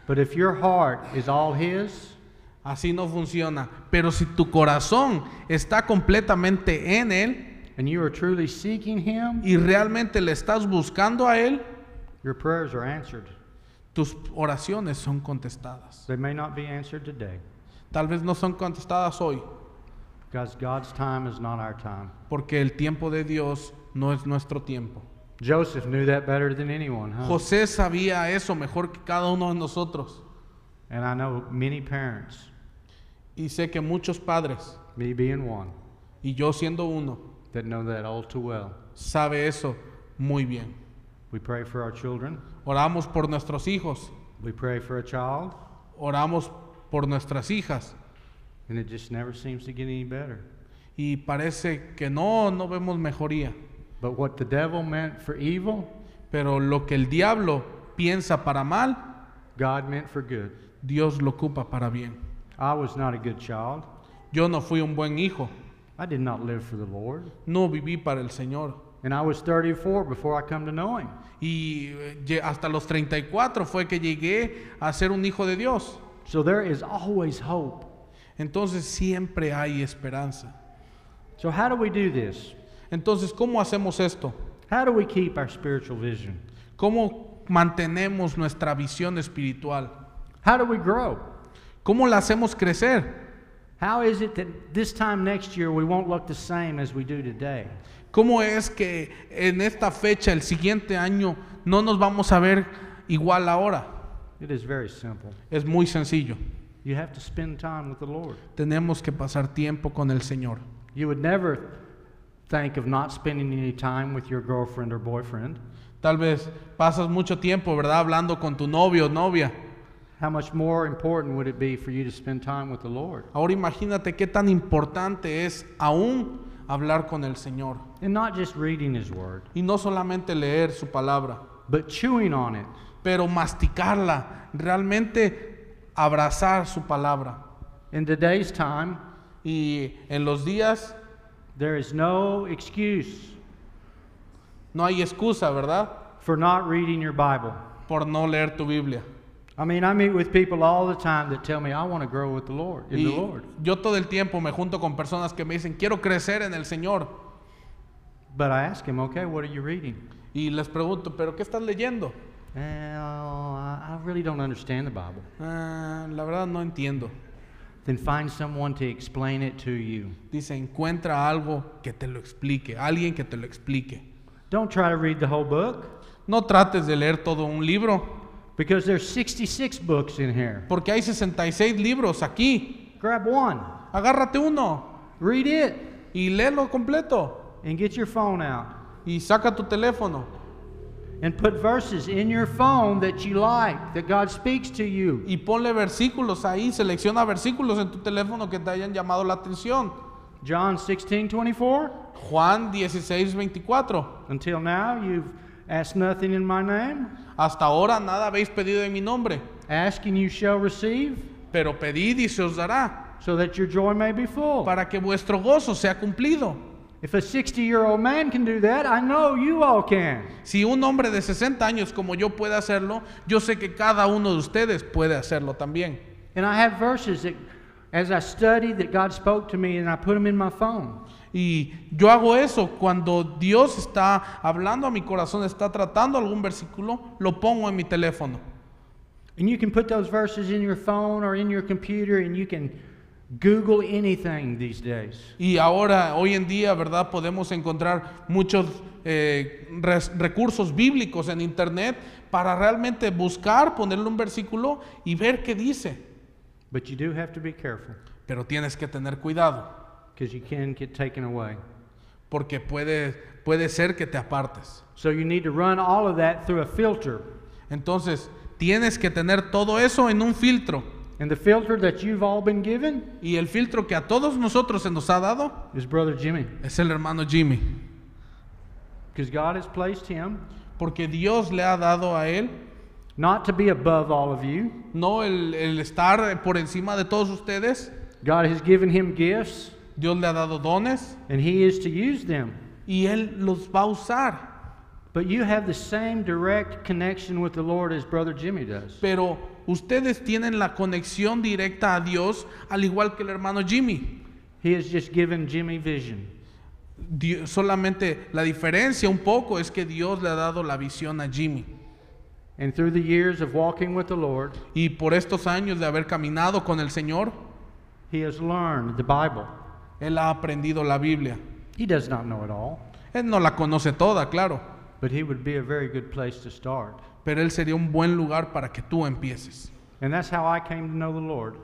S1: but if your heart is all His,
S2: Así no funciona. Pero si tu corazón está completamente en Él
S1: and you are truly seeking Him,
S2: y realmente le estás buscando a Él,
S1: your prayers are answered.
S2: tus oraciones son contestadas.
S1: They may not be answered today
S2: Tal vez no son contestadas hoy,
S1: because God's time is not our time.
S2: porque el tiempo de Dios no es nuestro tiempo.
S1: Joseph knew that better than anyone, huh?
S2: José sabía eso mejor que cada uno de nosotros.
S1: And I know many parents,
S2: Y sé que muchos padres,
S1: me being one,
S2: y yo siendo uno,
S1: that know that all too well.
S2: sabe eso muy bien.
S1: We pray for our children,
S2: Oramos por nuestros hijos,
S1: we pray for a child,
S2: oramos por nuestras hijas.
S1: and it just never seems to get any better.
S2: Y parece que no, no vemos mejoría.
S1: But what the devil meant for evil,
S2: Pero lo que el diablo piensa para mal,
S1: God meant for good.
S2: Dios lo ocupa para bien.
S1: I was not a good child.
S2: Yo no fui un buen hijo,
S1: I did not live for the Lord.
S2: no viví para el Señor.
S1: And I was 34 before I come to know Him.
S2: Y eh, lle- hasta los 34 fue que llegué a ser un hijo de Dios.
S1: So there is always hope.
S2: Entonces siempre hay esperanza.
S1: So, how do we do this?
S2: Entonces, ¿cómo hacemos esto?
S1: How do we keep our spiritual vision?
S2: ¿Cómo mantenemos nuestra visión espiritual?
S1: How do we grow?
S2: ¿Cómo la hacemos crecer?
S1: How is it that this time next year we won't look the same as we do today?
S2: ¿Cómo es que en esta fecha, el siguiente año, no nos vamos a ver igual ahora?
S1: It is very simple.
S2: Es muy sencillo.
S1: You have to spend time with the Lord.
S2: Tenemos que pasar tiempo con el Señor.
S1: You would never think of not spending any time with your girlfriend or boyfriend.
S2: Tal vez pasas mucho tiempo, ¿verdad? Hablando con tu novio o novia.
S1: How much more important would it be for you to spend time with the Lord?
S2: Ahora imagínate qué tan importante es aún hablar con el Señor.
S1: And not just reading His Word,
S2: Y no solamente leer su palabra,
S1: but chewing on it.
S2: pero masticarla, realmente abrazar su palabra.
S1: In today's time,
S2: Y en los días
S1: there is no excuse
S2: no hay excusa, ¿verdad?
S1: for not reading your Bible.
S2: Por no leer tu Biblia.
S1: I mean, I meet with people all the time that tell me I want to grow with the Lord, in
S2: Y
S1: the Lord,
S2: yo todo el tiempo me junto con personas que me dicen, quiero crecer en el Señor.
S1: but I ask them, okay, what are you reading?
S2: Y les pregunto, ¿pero qué estás leyendo?
S1: Well, I I really don't understand the Bible.
S2: "Ah, la verdad no entiendo.
S1: Then find someone to explain it to you.
S2: Dice, encuentra algo que te lo explique, alguien que te lo explique.
S1: Don't try to read the whole book
S2: No trates de leer todo un libro,
S1: because there's 66 books in here.
S2: porque hay 66 libros aquí.
S1: Grab one,
S2: Agárrate uno
S1: read it,
S2: y léelo completo
S1: and get your phone out
S2: y saca tu teléfono
S1: and put verses in your phone that you like, that God speaks to you.
S2: y ponle versículos ahí, selecciona versículos en tu teléfono que te hayan llamado la atención.
S1: John 16, 24.
S2: Juan 16, 24.
S1: Until now, you've asked nothing in my name.
S2: Hasta ahora nada habéis pedido en mi nombre,
S1: Ask and you shall receive,
S2: pero pedid y se os dará,
S1: so that your joy may be full.
S2: para que vuestro gozo sea cumplido.
S1: If a 60 year old man can do that, I know you all can.
S2: Si un hombre de 60 años como yo puede hacerlo, yo sé que cada uno de ustedes puede hacerlo también.
S1: And I have verses that, as I studied, that God spoke to me, and I put them in my phone.
S2: Y yo hago eso cuando Dios está hablando a mi corazón, está tratando algún versículo, lo pongo en mi teléfono.
S1: And you can put those verses in your phone or in your computer, and you can Google anything these days.
S2: Y ahora, hoy en día, ¿verdad? Podemos encontrar muchos eh, res- recursos bíblicos en Internet para realmente buscar, ponerle un versículo y ver qué dice.
S1: But you do have to be careful,
S2: Pero tienes que tener cuidado,
S1: because you can get taken away.
S2: porque puede, puede ser que te apartes.
S1: So you need to run all of that through a filter.
S2: Entonces, tienes que tener todo eso en un filtro.
S1: And the filter that you've all been given
S2: Y el filtro que a todos nosotros se nos ha dado
S1: is Brother Jimmy.
S2: es el hermano Jimmy.
S1: Because God has placed him
S2: Porque Dios le ha dado a él
S1: not to be above all of you.
S2: no el, el estar por encima de todos ustedes.
S1: God has given him gifts,
S2: Dios le ha dado dones
S1: and he is to use them.
S2: y él los va a usar.
S1: But you have the same direct connection with the Lord as Brother Jimmy does.
S2: Pero ustedes tienen la conexión directa a Dios al igual que el hermano Jimmy.
S1: He has just given Jimmy vision.
S2: Dio- solamente la diferencia un poco es que Dios le ha dado la visión a Jimmy.
S1: And through the years of walking with the Lord,
S2: Y por estos años de haber caminado con el Señor,
S1: he has learned the Bible.
S2: él ha aprendido la Biblia.
S1: He does not know it all,
S2: Él no la conoce toda, claro,
S1: but he would be a very good place to start.
S2: pero él sería un buen lugar para que tú empieces.
S1: And that's how I came to know the Lord.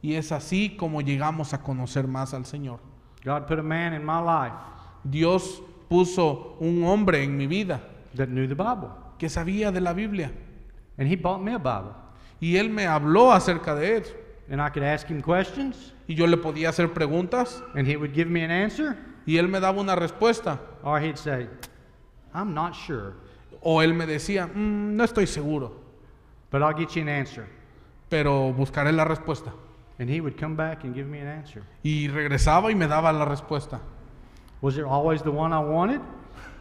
S2: Y es así como llegamos a conocer más al Señor.
S1: God put a man in my life
S2: Dios puso un hombre en mi vida
S1: that knew the Bible,
S2: que sabía de la Biblia
S1: and he bought me a Bible.
S2: y él me habló acerca de él
S1: And I could ask him questions,
S2: y yo le podía hacer preguntas
S1: and he would give me an answer,
S2: y él me daba una respuesta
S1: or he'd say, I'm not sure.
S2: O él me decía, "Mm, no estoy seguro,
S1: but I'll get you an answer.
S2: pero buscaré la respuesta.
S1: And he would come back and give me an answer.
S2: Y regresaba y me daba la respuesta.
S1: Was it always the one I wanted?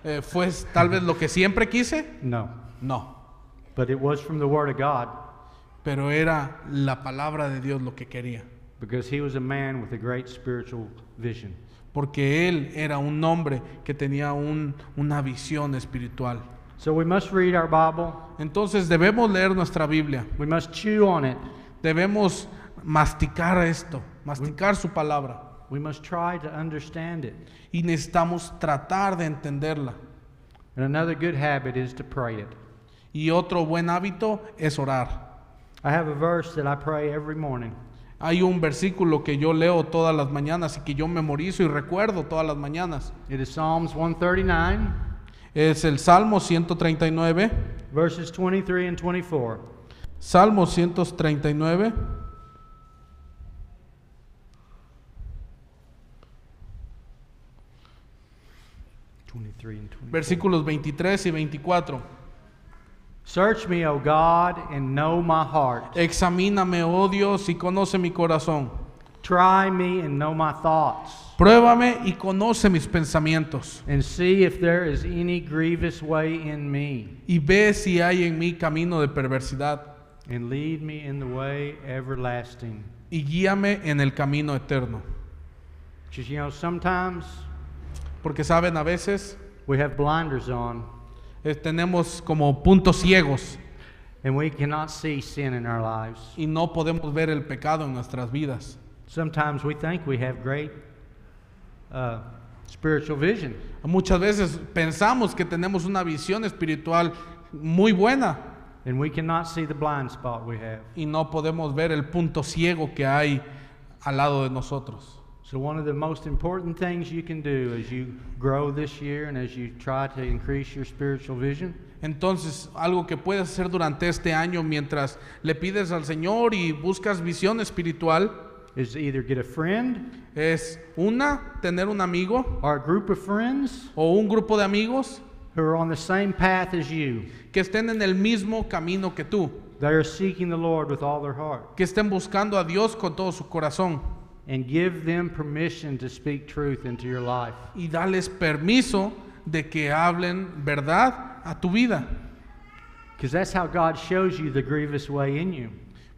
S2: Eh, ¿Fue tal vez lo que siempre quise?
S1: No.
S2: No,
S1: But it was from the Word of God
S2: pero era la palabra de Dios lo que quería,
S1: because he was a man with a great spiritual vision.
S2: porque él era un hombre que tenía un- una visión espiritual.
S1: So we must read our Bible,
S2: Entonces debemos leer nuestra Biblia,
S1: we must chew on it,
S2: debemos masticar esto, masticar su palabra.
S1: we must try to understand it.
S2: y necesitamos tratar de entenderla.
S1: And another good habit is to pray it.
S2: Y otro buen hábito es orar.
S1: I have a verse that I pray every morning.
S2: Hay un versículo que yo leo todas las mañanas y que yo memorizo y recuerdo todas las mañanas.
S1: It is Psalms 139,
S2: Es el Salmo 139,
S1: verses 23 and 24.
S2: Salmo 139,
S1: and 24.
S2: versículos 23 y 24.
S1: Search me, O God, and know my heart.
S2: Examíname, oh Dios, y conoce mi corazón.
S1: Try me and know my thoughts,
S2: Pruébame y conoce mis pensamientos.
S1: and see if there is any grievous way in me,
S2: Y ve si hay en mí camino de perversidad.
S1: and lead me in the way everlasting.
S2: Y guíame en el camino eterno.
S1: Because, you know, sometimes
S2: Porque saben, a veces
S1: we have blinders on,
S2: eh, tenemos como puntos ciegos
S1: and we cannot see sin in our lives.
S2: y no podemos ver el pecado en nuestras vidas.
S1: Sometimes we think we have great uh, spiritual vision,
S2: Muchas veces pensamos que tenemos una visión espiritual muy buena
S1: and we cannot see the blind spot we have.
S2: y no podemos ver el punto ciego que hay al lado de nosotros.
S1: So, one of the most important things you can do as you grow this year and as you try to increase your spiritual vision
S2: Entonces, algo que puedes hacer durante este año mientras le pides al Señor y buscas visión espiritual
S1: is to either get a friend
S2: es una, tener un amigo
S1: or a group of friends
S2: o un grupo de amigos
S1: who are on the same path as you.
S2: que estén en el mismo camino que tú.
S1: They are seeking the Lord with all their heart
S2: que estén buscando a Dios con todo su corazón
S1: and give them permission to speak truth into your life.
S2: y darles permiso de que hablen verdad a tu vida,
S1: Because that's how God shows you the grievous way in you.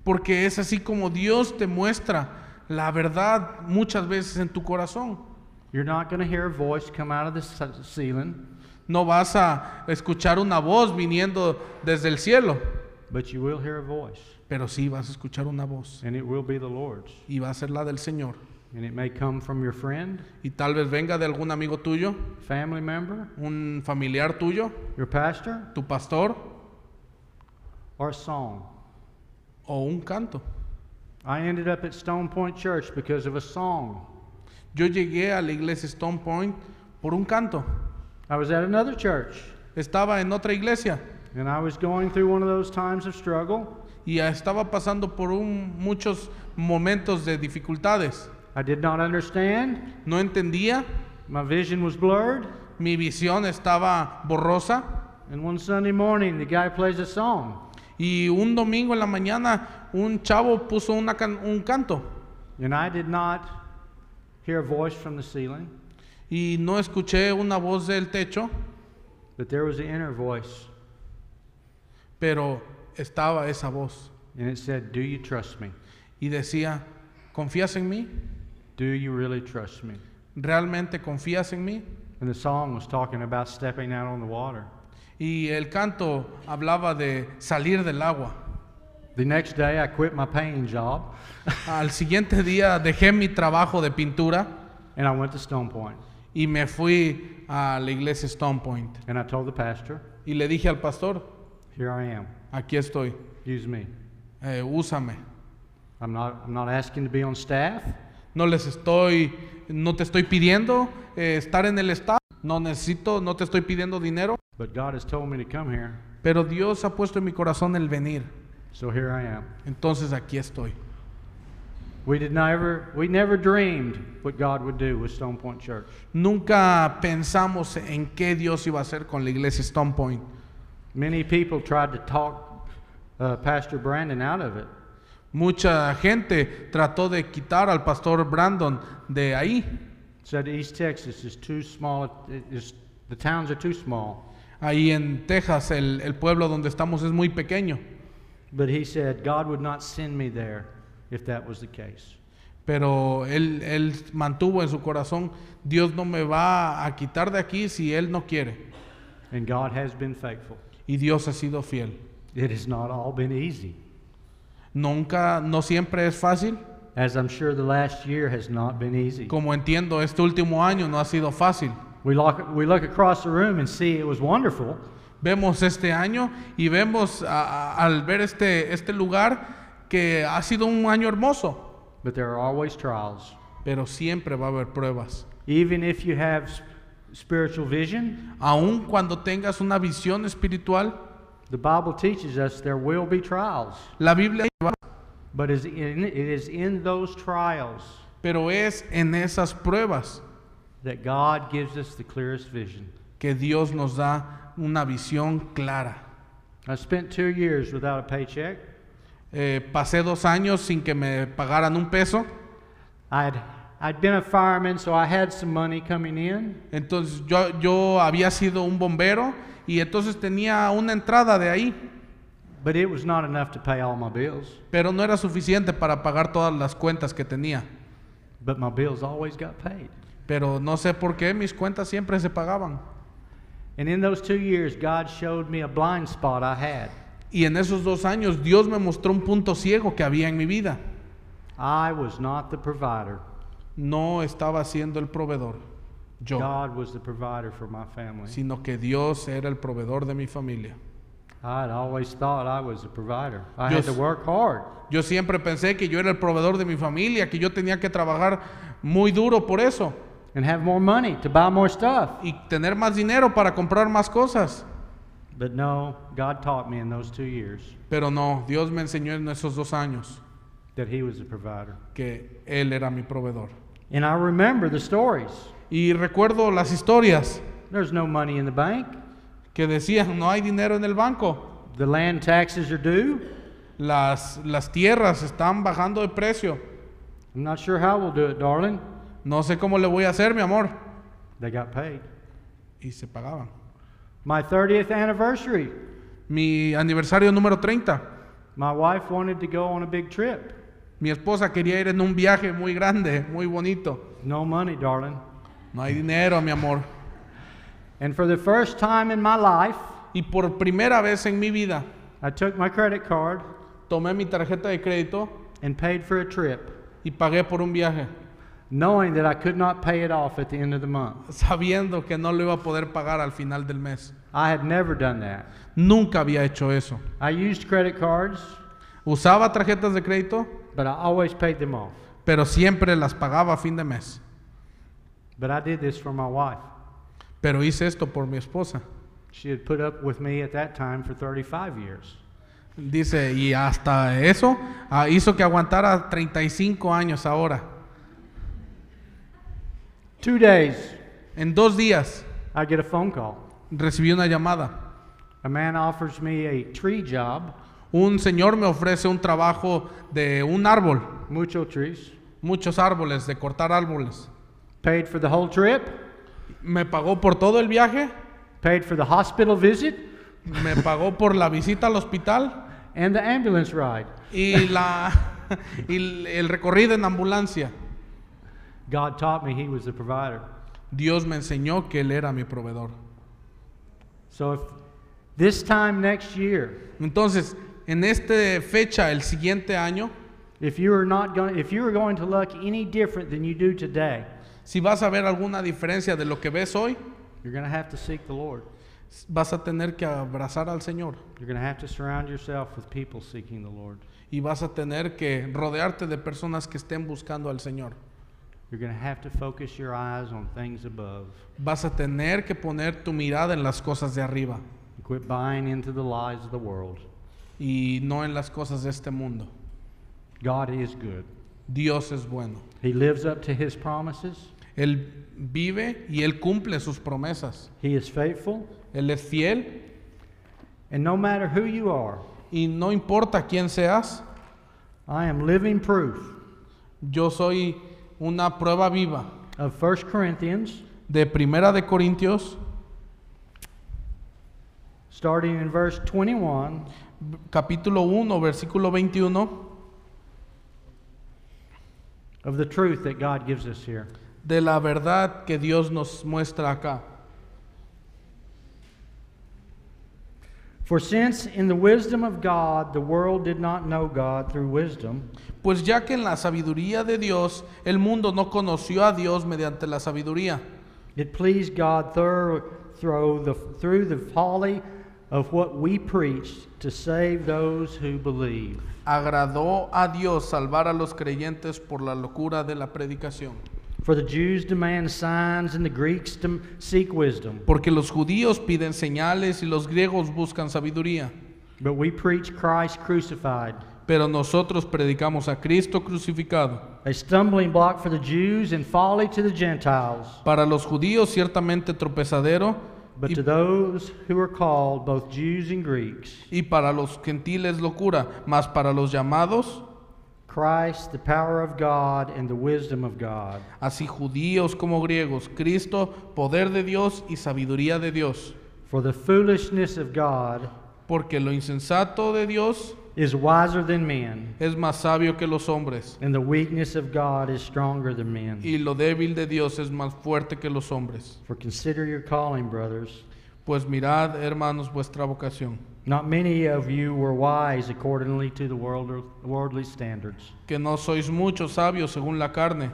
S2: porque es así como Dios te muestra la verdad muchas veces en tu corazón.
S1: You're not going to hear a voice come out of the ce- ceiling,
S2: No vas a escuchar una voz viniendo desde el cielo,
S1: but you will hear a voice,
S2: pero sí vas a escuchar una voz
S1: and it will be the Lord's.
S2: y va a ser la del Señor.
S1: And it may come from your friend,
S2: Y tal vez venga de algún amigo tuyo,
S1: family member,
S2: un familiar tuyo,
S1: your pastor,
S2: tu pastor
S1: or a song.
S2: o un canto.
S1: I ended up at Stone Point Church because of a song.
S2: Yo llegué a la iglesia Stone Point por un canto.
S1: I was at another church,
S2: estaba en otra iglesia
S1: and I was going through one of those times of struggle.
S2: y estaba pasando por un- muchos momentos de dificultades.
S1: I did not understand.
S2: No entendía,
S1: My vision was blurred.
S2: mi visión estaba borrosa
S1: And one Sunday morning, the guy plays a song,
S2: y un domingo en la mañana un chavo puso una can- un canto
S1: and I did not hear a voice from the ceiling,
S2: y no escuché una voz del techo,
S1: but there was an inner voice,
S2: pero estaba esa voz
S1: and it said, Do you trust me?
S2: y decía, ¿confías en mí?
S1: Do you really trust me?
S2: ¿Realmente confías en mí?
S1: And the song was talking about stepping out on the water.
S2: Y el canto hablaba de salir del agua.
S1: The next day, I quit my painting job,
S2: Al siguiente día dejé mi trabajo de pintura
S1: and I went to Stone Point,
S2: y me fui a la iglesia Stone Point.
S1: and I told the pastor,
S2: Y le dije al pastor,
S1: Here I am.
S2: aquí estoy,
S1: Use me.
S2: eh, úsame.
S1: I'm not, I'm not asking to be on staff.
S2: No les estoy, no te estoy pidiendo eh, estar en el estado, no necesito, no te estoy pidiendo dinero,
S1: But God has told me to come here,
S2: pero Dios ha puesto en mi corazón el venir.
S1: so here I am.
S2: Entonces aquí estoy.
S1: We did never, we never dreamed what God would do with Stone Point Church.
S2: Nunca pensamos en qué Dios iba a hacer con la iglesia Stone Point.
S1: Many people tried to talk uh, Pastor Brandon out of it.
S2: Mucha gente trató de quitar al pastor Brandon de ahí,
S1: Said East Texas is too small, it is, the towns are too small.
S2: ahí en Texas, el, el pueblo donde estamos es muy pequeño.
S1: But he said, God would not send me there if that was the case.
S2: Pero él, él mantuvo en su corazón, Dios no me va a quitar de aquí si Él no quiere.
S1: And God has been faithful.
S2: Y Dios ha sido fiel.
S1: It has not all been easy,
S2: Nunca, no siempre es fácil.
S1: as I'm sure the last year has not been easy.
S2: Como entiendo, este último año no ha sido fácil.
S1: We look, we look across the room and see it was wonderful,
S2: Vemos este año y vemos a- a- al ver este, este lugar que ha sido un año hermoso,
S1: but there are always trials.
S2: pero siempre va a haber pruebas.
S1: Even if you have s- spiritual vision,
S2: Aun cuando tengas una visión espiritual,
S1: the Bible teaches us there will be trials,
S2: la Biblia,
S1: but is in, it is in those trials
S2: pero es en esas pruebas
S1: that God gives us the clearest vision.
S2: que Dios nos da una visión clara.
S1: I spent two years without a paycheck.
S2: Eh, pasé dos años sin que me pagaran un peso,
S1: I'd, I'd been a fireman, so I had some money coming in,
S2: entonces yo, yo había sido un bombero y entonces tenía una entrada de ahí,
S1: but it was not enough to pay all my bills.
S2: pero no era suficiente para pagar todas las cuentas que tenía.
S1: But my bills always got paid.
S2: Pero no sé por qué mis cuentas siempre se pagaban.
S1: And in those two years, God showed me a blind spot I had.
S2: Y en esos dos años Dios me mostró un punto ciego que había en mi vida.
S1: I was not the provider.
S2: No estaba siendo el proveedor yo,
S1: God was the provider for my family.
S2: sino que Dios era el proveedor de mi familia.
S1: I had always thought I was the provider. I
S2: Yo
S1: had to
S2: s-
S1: work hard.
S2: Yo siempre pensé que yo era el proveedor de mi familia, que yo tenía que trabajar muy duro por eso
S1: and have more money to buy more stuff.
S2: y tener más dinero para comprar más cosas.
S1: But no, God taught me in those two years
S2: Pero no, Dios me enseñó en esos dos años
S1: that He was the provider.
S2: que Él era mi proveedor.
S1: And I remember the stories.
S2: Y recuerdo las historias
S1: There's no money in the bank.
S2: que decían, no hay dinero en el banco,
S1: The land taxes are due.
S2: las, las tierras están bajando de precio,
S1: I'm not sure how we'll do it, darling.
S2: no sé cómo le voy a hacer, mi amor.
S1: They got paid.
S2: Y se pagaban.
S1: My 30th anniversary,
S2: Mi aniversario número 30,
S1: my wife wanted to go on a big trip.
S2: mi esposa quería ir en un viaje muy grande, muy bonito.
S1: No money, darling.
S2: No hay dinero, mi amor.
S1: And for the first time in my life,
S2: Y por primera vez en mi vida
S1: I took my credit card
S2: tomé mi tarjeta de crédito
S1: and paid for a trip,
S2: y pagué por un viaje,
S1: knowing that I could not pay it off at the end of the month.
S2: sabiendo que no lo iba a poder pagar al final del mes.
S1: I had never done that.
S2: Nunca había hecho eso.
S1: I used credit cards,
S2: Usaba tarjetas de crédito,
S1: but I always paid them off.
S2: pero siempre las pagaba a fin de mes.
S1: But I did this for my wife.
S2: Pero hice esto por mi esposa.
S1: She had put up with me at that time for 35 years.
S2: Dice, y hasta eso ah, hizo que aguantara 35 años ahora.
S1: Two days,
S2: En dos días
S1: I get a phone call.
S2: recibí una llamada.
S1: A man offers me a tree job,
S2: Un señor me ofrece un trabajo de un árbol,
S1: mucho trees,
S2: muchos árboles, de cortar árboles.
S1: paid for the whole trip,
S2: Me pagó por todo el viaje,
S1: paid for the hospital visit,
S2: me pagó por la visita al hospital
S1: and the ambulance ride.
S2: y, la, y el- el recorrido en ambulancia.
S1: God taught me He was the provider.
S2: Dios me enseñó que Él era mi proveedor.
S1: So if this time next year,
S2: Entonces, en esta fecha, el siguiente año,
S1: if you are not going, if you are going to look any different than you do today,
S2: si vas a ver alguna diferencia de lo que ves hoy,
S1: you're going to have to seek the Lord.
S2: vas a tener que abrazar al Señor
S1: You're going to have to surround yourself with people seeking the Lord.
S2: y vas a tener que rodearte de personas que estén buscando al Señor.
S1: You're going to have to focus your eyes on things above
S2: Vas a tener que poner tu mirada en las cosas de arriba
S1: and quit buying into the lies of the world.
S2: y no en las cosas de este mundo.
S1: God is good.
S2: Dios es bueno.
S1: He lives up to his promises.
S2: Él vive y Él cumple sus promesas.
S1: He is faithful.
S2: Él es fiel
S1: And no matter who you are,
S2: Y no importa quién seas,
S1: I am living proof
S2: yo soy una prueba viva
S1: of 1 Corinthians,
S2: de Primera de Corintios,
S1: starting in verse 21,
S2: capítulo 1, versículo 21,
S1: of the truth that God gives us here.
S2: de la verdad que Dios nos muestra acá.
S1: For since in the wisdom of God the world did not know God through wisdom,
S2: Pues ya que en la sabiduría de Dios el mundo no conoció a Dios mediante la sabiduría,
S1: it pleased God through, through, the, through the folly of what we preached to save those who believe.
S2: agradó a Dios salvar a los creyentes por la locura de la predicación.
S1: For the Jews demand signs and the Greeks dem- seek wisdom.
S2: Porque los judíos piden señales y los griegos buscan sabiduría,
S1: But we preach Christ crucified,
S2: pero nosotros predicamos a Cristo crucificado.
S1: a stumbling block for the Jews and folly to the Gentiles.
S2: Para los judíos ciertamente tropezadero
S1: But
S2: y,
S1: to those who are called, both Jews and Greeks,
S2: y para los gentiles locura, mas para los llamados,
S1: Christ, the power of God and the wisdom of God.
S2: así judíos como griegos, Cristo, poder de Dios y sabiduría de Dios.
S1: For the foolishness of God
S2: Porque lo insensato de Dios
S1: is wiser than men,
S2: es más sabio que los hombres,
S1: and the weakness of God is stronger than men.
S2: y lo débil de Dios es más fuerte que los hombres.
S1: For consider your calling, brothers.
S2: Pues mirad, hermanos, vuestra vocación.
S1: Not many of you were wise accordingly to the world, worldly standards.
S2: que no sois muchos sabios según la carne,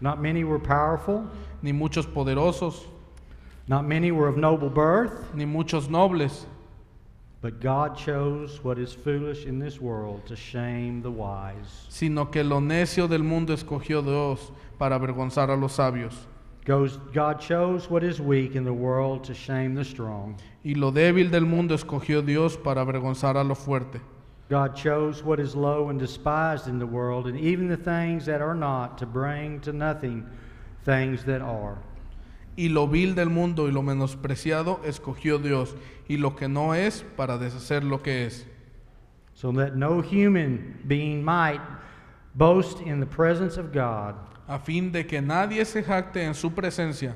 S1: Not many were powerful.
S2: ni muchos poderosos,
S1: Not many were of noble birth.
S2: ni muchos nobles,
S1: But God chose what is foolish in this world to shame the wise.
S2: sino que lo necio del mundo escogió Dios para avergonzar a los sabios,
S1: Goes, God chose what is weak in the world to shame the strong.
S2: y lo débil del mundo escogió Dios para avergonzar a lo fuerte.
S1: God chose what is low and despised in the world, and even the things that are not, to bring to nothing things that are.
S2: Y lo vil del mundo y lo menospreciado escogió Dios, y lo que no es para deshacer lo que es,
S1: So that no human being might boast in the presence of God.
S2: a fin de que nadie se jacte en su presencia,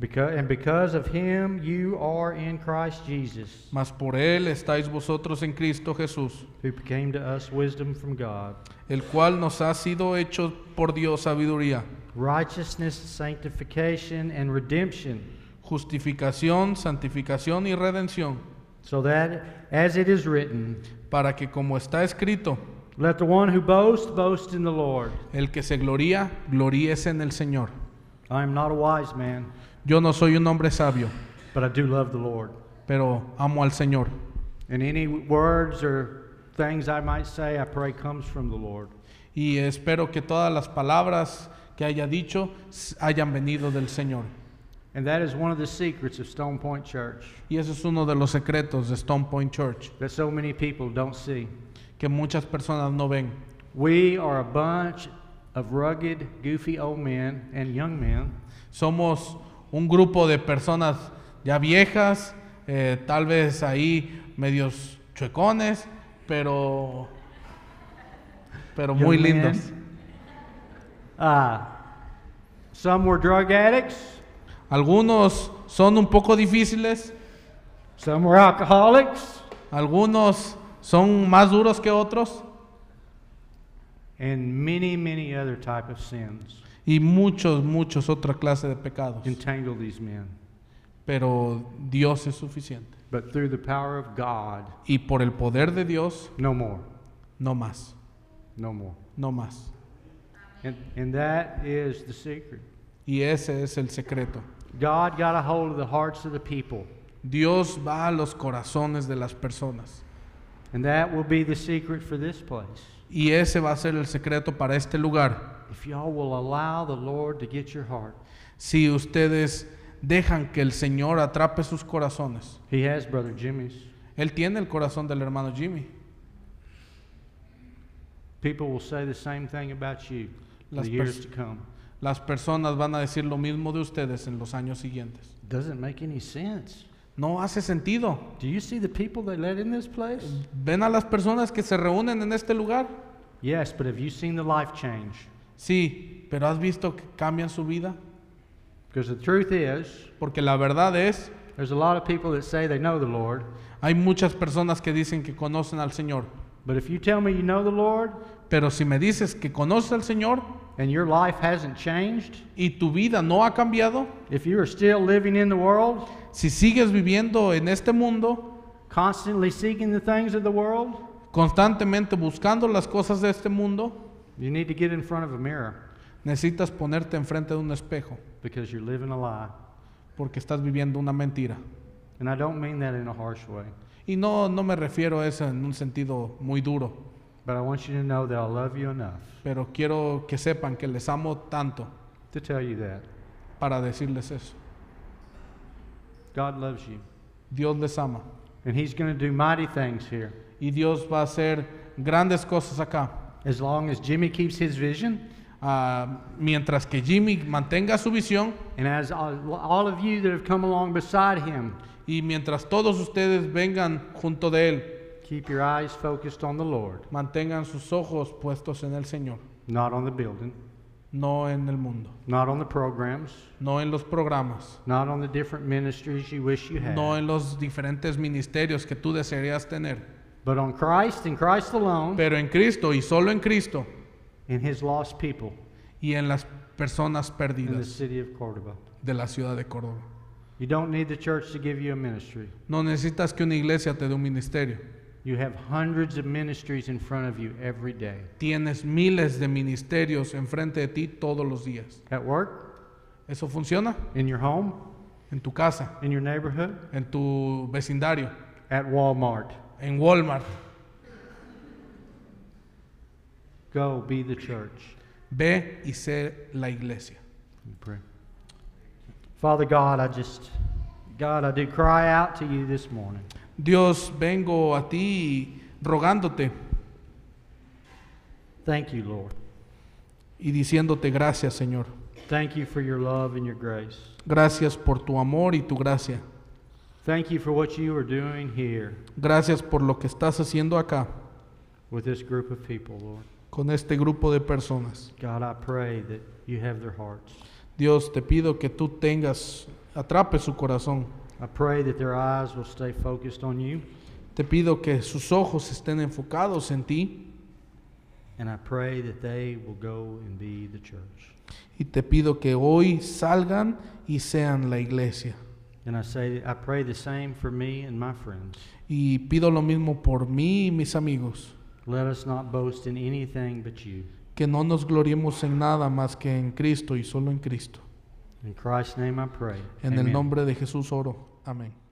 S1: Because, and because of him, you are in Christ Jesus,
S2: mas por Él estáis vosotros en Cristo Jesús.
S1: who became to us wisdom from God,
S2: el cual nos ha sido hecho por Dios sabiduría,
S1: righteousness, sanctification, and redemption.
S2: justificación, santificación y redención,
S1: So that, as it is written,
S2: para que como está escrito,
S1: let the one who boasts boast in the Lord.
S2: el que se gloría, gloríese en el Señor.
S1: I am not a wise man,
S2: Yo no soy un hombre sabio,
S1: but I do love the Lord.
S2: pero amo al Señor.
S1: And any words or things I might say, I pray comes from the Lord.
S2: Y espero que todas las palabras que haya dicho s- hayan venido del Señor.
S1: And that is one of the secrets of Stone Point Church
S2: Y ese es uno de los secretos de Stone Point Church,
S1: that so many people don't see.
S2: que muchas personas no ven.
S1: We are a bunch of rugged, goofy old men and young men
S2: Somos un grupo de personas ya viejas, eh, tal vez ahí medios chuecones, pero, pero muy
S1: Young man.
S2: lindos.
S1: Uh, some were drug addicts,
S2: Algunos son un poco difíciles,
S1: some were alcoholics,
S2: algunos son más duros que otros
S1: and many, many other type of sins
S2: y muchos, muchos otra clase de pecados.
S1: entangle these men.
S2: Pero Dios es suficiente.
S1: But through the power of God,
S2: Y por el poder de Dios,
S1: no more,
S2: no más,
S1: no more.
S2: no más.
S1: And, and that is the secret.
S2: Y ese es el secreto.
S1: God got a hold of the hearts of the people,
S2: Dios va a los corazones de las personas.
S1: and that will be the secret for this place.
S2: Y ese va a ser el secreto para este lugar.
S1: If y'all will allow the Lord to get your heart,
S2: Si ustedes dejan que el Señor atrape sus corazones.
S1: He has Brother Jimmy's.
S2: Él tiene el corazón del hermano Jimmy.
S1: People will say the same thing about you in
S2: Las
S1: the years
S2: pers-
S1: to come.
S2: Las personas van a decir lo mismo de ustedes en los años siguientes.
S1: Doesn't make any sense.
S2: No hace sentido.
S1: Do you see the people they let in this place?
S2: ¿Ven a las personas que se reúnen en este lugar?
S1: Yes, but have you seen the life change?
S2: Sí, pero ¿has visto que cambian su vida?
S1: Because the truth is,
S2: Porque la verdad es,
S1: there's a lot of people that say they know the Lord,
S2: hay muchas personas que dicen que conocen al Señor.
S1: but if you tell me you know the Lord
S2: Pero si me dices que conoces al Señor
S1: and your life hasn't changed,
S2: y tu vida no ha cambiado,
S1: if you are still living in the world,
S2: si sigues viviendo en este mundo,
S1: constantly seeking the things of the world,
S2: constantemente buscando las cosas de este mundo,
S1: you need to get in front of a mirror
S2: necesitas ponerte enfrente de un espejo,
S1: because you're living a lie.
S2: porque estás viviendo una mentira.
S1: And I don't mean that in a harsh way,
S2: Y no, no me refiero a eso en un sentido muy duro,
S1: but I want you to know that I love you enough
S2: pero quiero que sepan que les amo tanto
S1: to tell you that.
S2: para decirles eso.
S1: God loves you,
S2: Dios les ama
S1: and He's going to do mighty things here.
S2: y Dios va a hacer grandes cosas acá.
S1: As long as Jimmy keeps his vision,
S2: Ah, mientras que Jimmy mantenga su visión
S1: and as all all of you that have come along beside him,
S2: y mientras todos ustedes vengan junto de él,
S1: keep your eyes focused on the Lord,
S2: mantengan sus ojos puestos en el Señor,
S1: not on the building,
S2: no en el mundo,
S1: not on the programs,
S2: no en los programas,
S1: not on the different ministries you wish you had,
S2: no en los diferentes ministerios que tú desearías tener,
S1: but on Christ and Christ alone
S2: pero en Cristo y solo en Cristo
S1: and His lost people
S2: y en las personas
S1: in the
S2: perdidas
S1: city of Cordoba.
S2: de la ciudad de Córdoba.
S1: You don't need the church to give you a ministry.
S2: No necesitas que una iglesia te dé un ministerio.
S1: You have hundreds of ministries in front of you every day.
S2: Tienes miles de ministerios enfrente de ti todos los días.
S1: At work,
S2: ¿Eso funciona?
S1: in your home,
S2: En tu casa,
S1: in your neighborhood,
S2: en tu vecindario,
S1: at Walmart.
S2: en Walmart.
S1: Go be the church.
S2: Ve y sé la iglesia.
S1: We pray. Father God, I just, God, I do cry out to you this morning.
S2: Dios, vengo a ti rogándote
S1: Thank you, Lord.
S2: y diciéndote gracias, Señor.
S1: Thank you for your love and your grace.
S2: Gracias por tu amor y tu gracia.
S1: Thank you for what you are doing here
S2: Gracias por lo que estás haciendo acá
S1: with this group of people, Lord.
S2: con este grupo de personas.
S1: God, I pray that you have their hearts.
S2: Dios, te pido que tú tengas, atrape su corazón.
S1: I pray that their eyes will stay focused on you,
S2: Te pido que sus ojos estén enfocados en ti
S1: and I pray that they will go and be the church.
S2: y te pido que hoy salgan y sean la iglesia.
S1: And I say, I pray the same for me and my friends.
S2: Y pido lo mismo por mí y mis amigos,
S1: Let us not boast in anything but you.
S2: que no nos gloriemos en nada más que en Cristo y solo en Cristo.
S1: In Christ's name I pray.
S2: En el
S1: Amen.
S2: nombre de Jesús oro. Amén.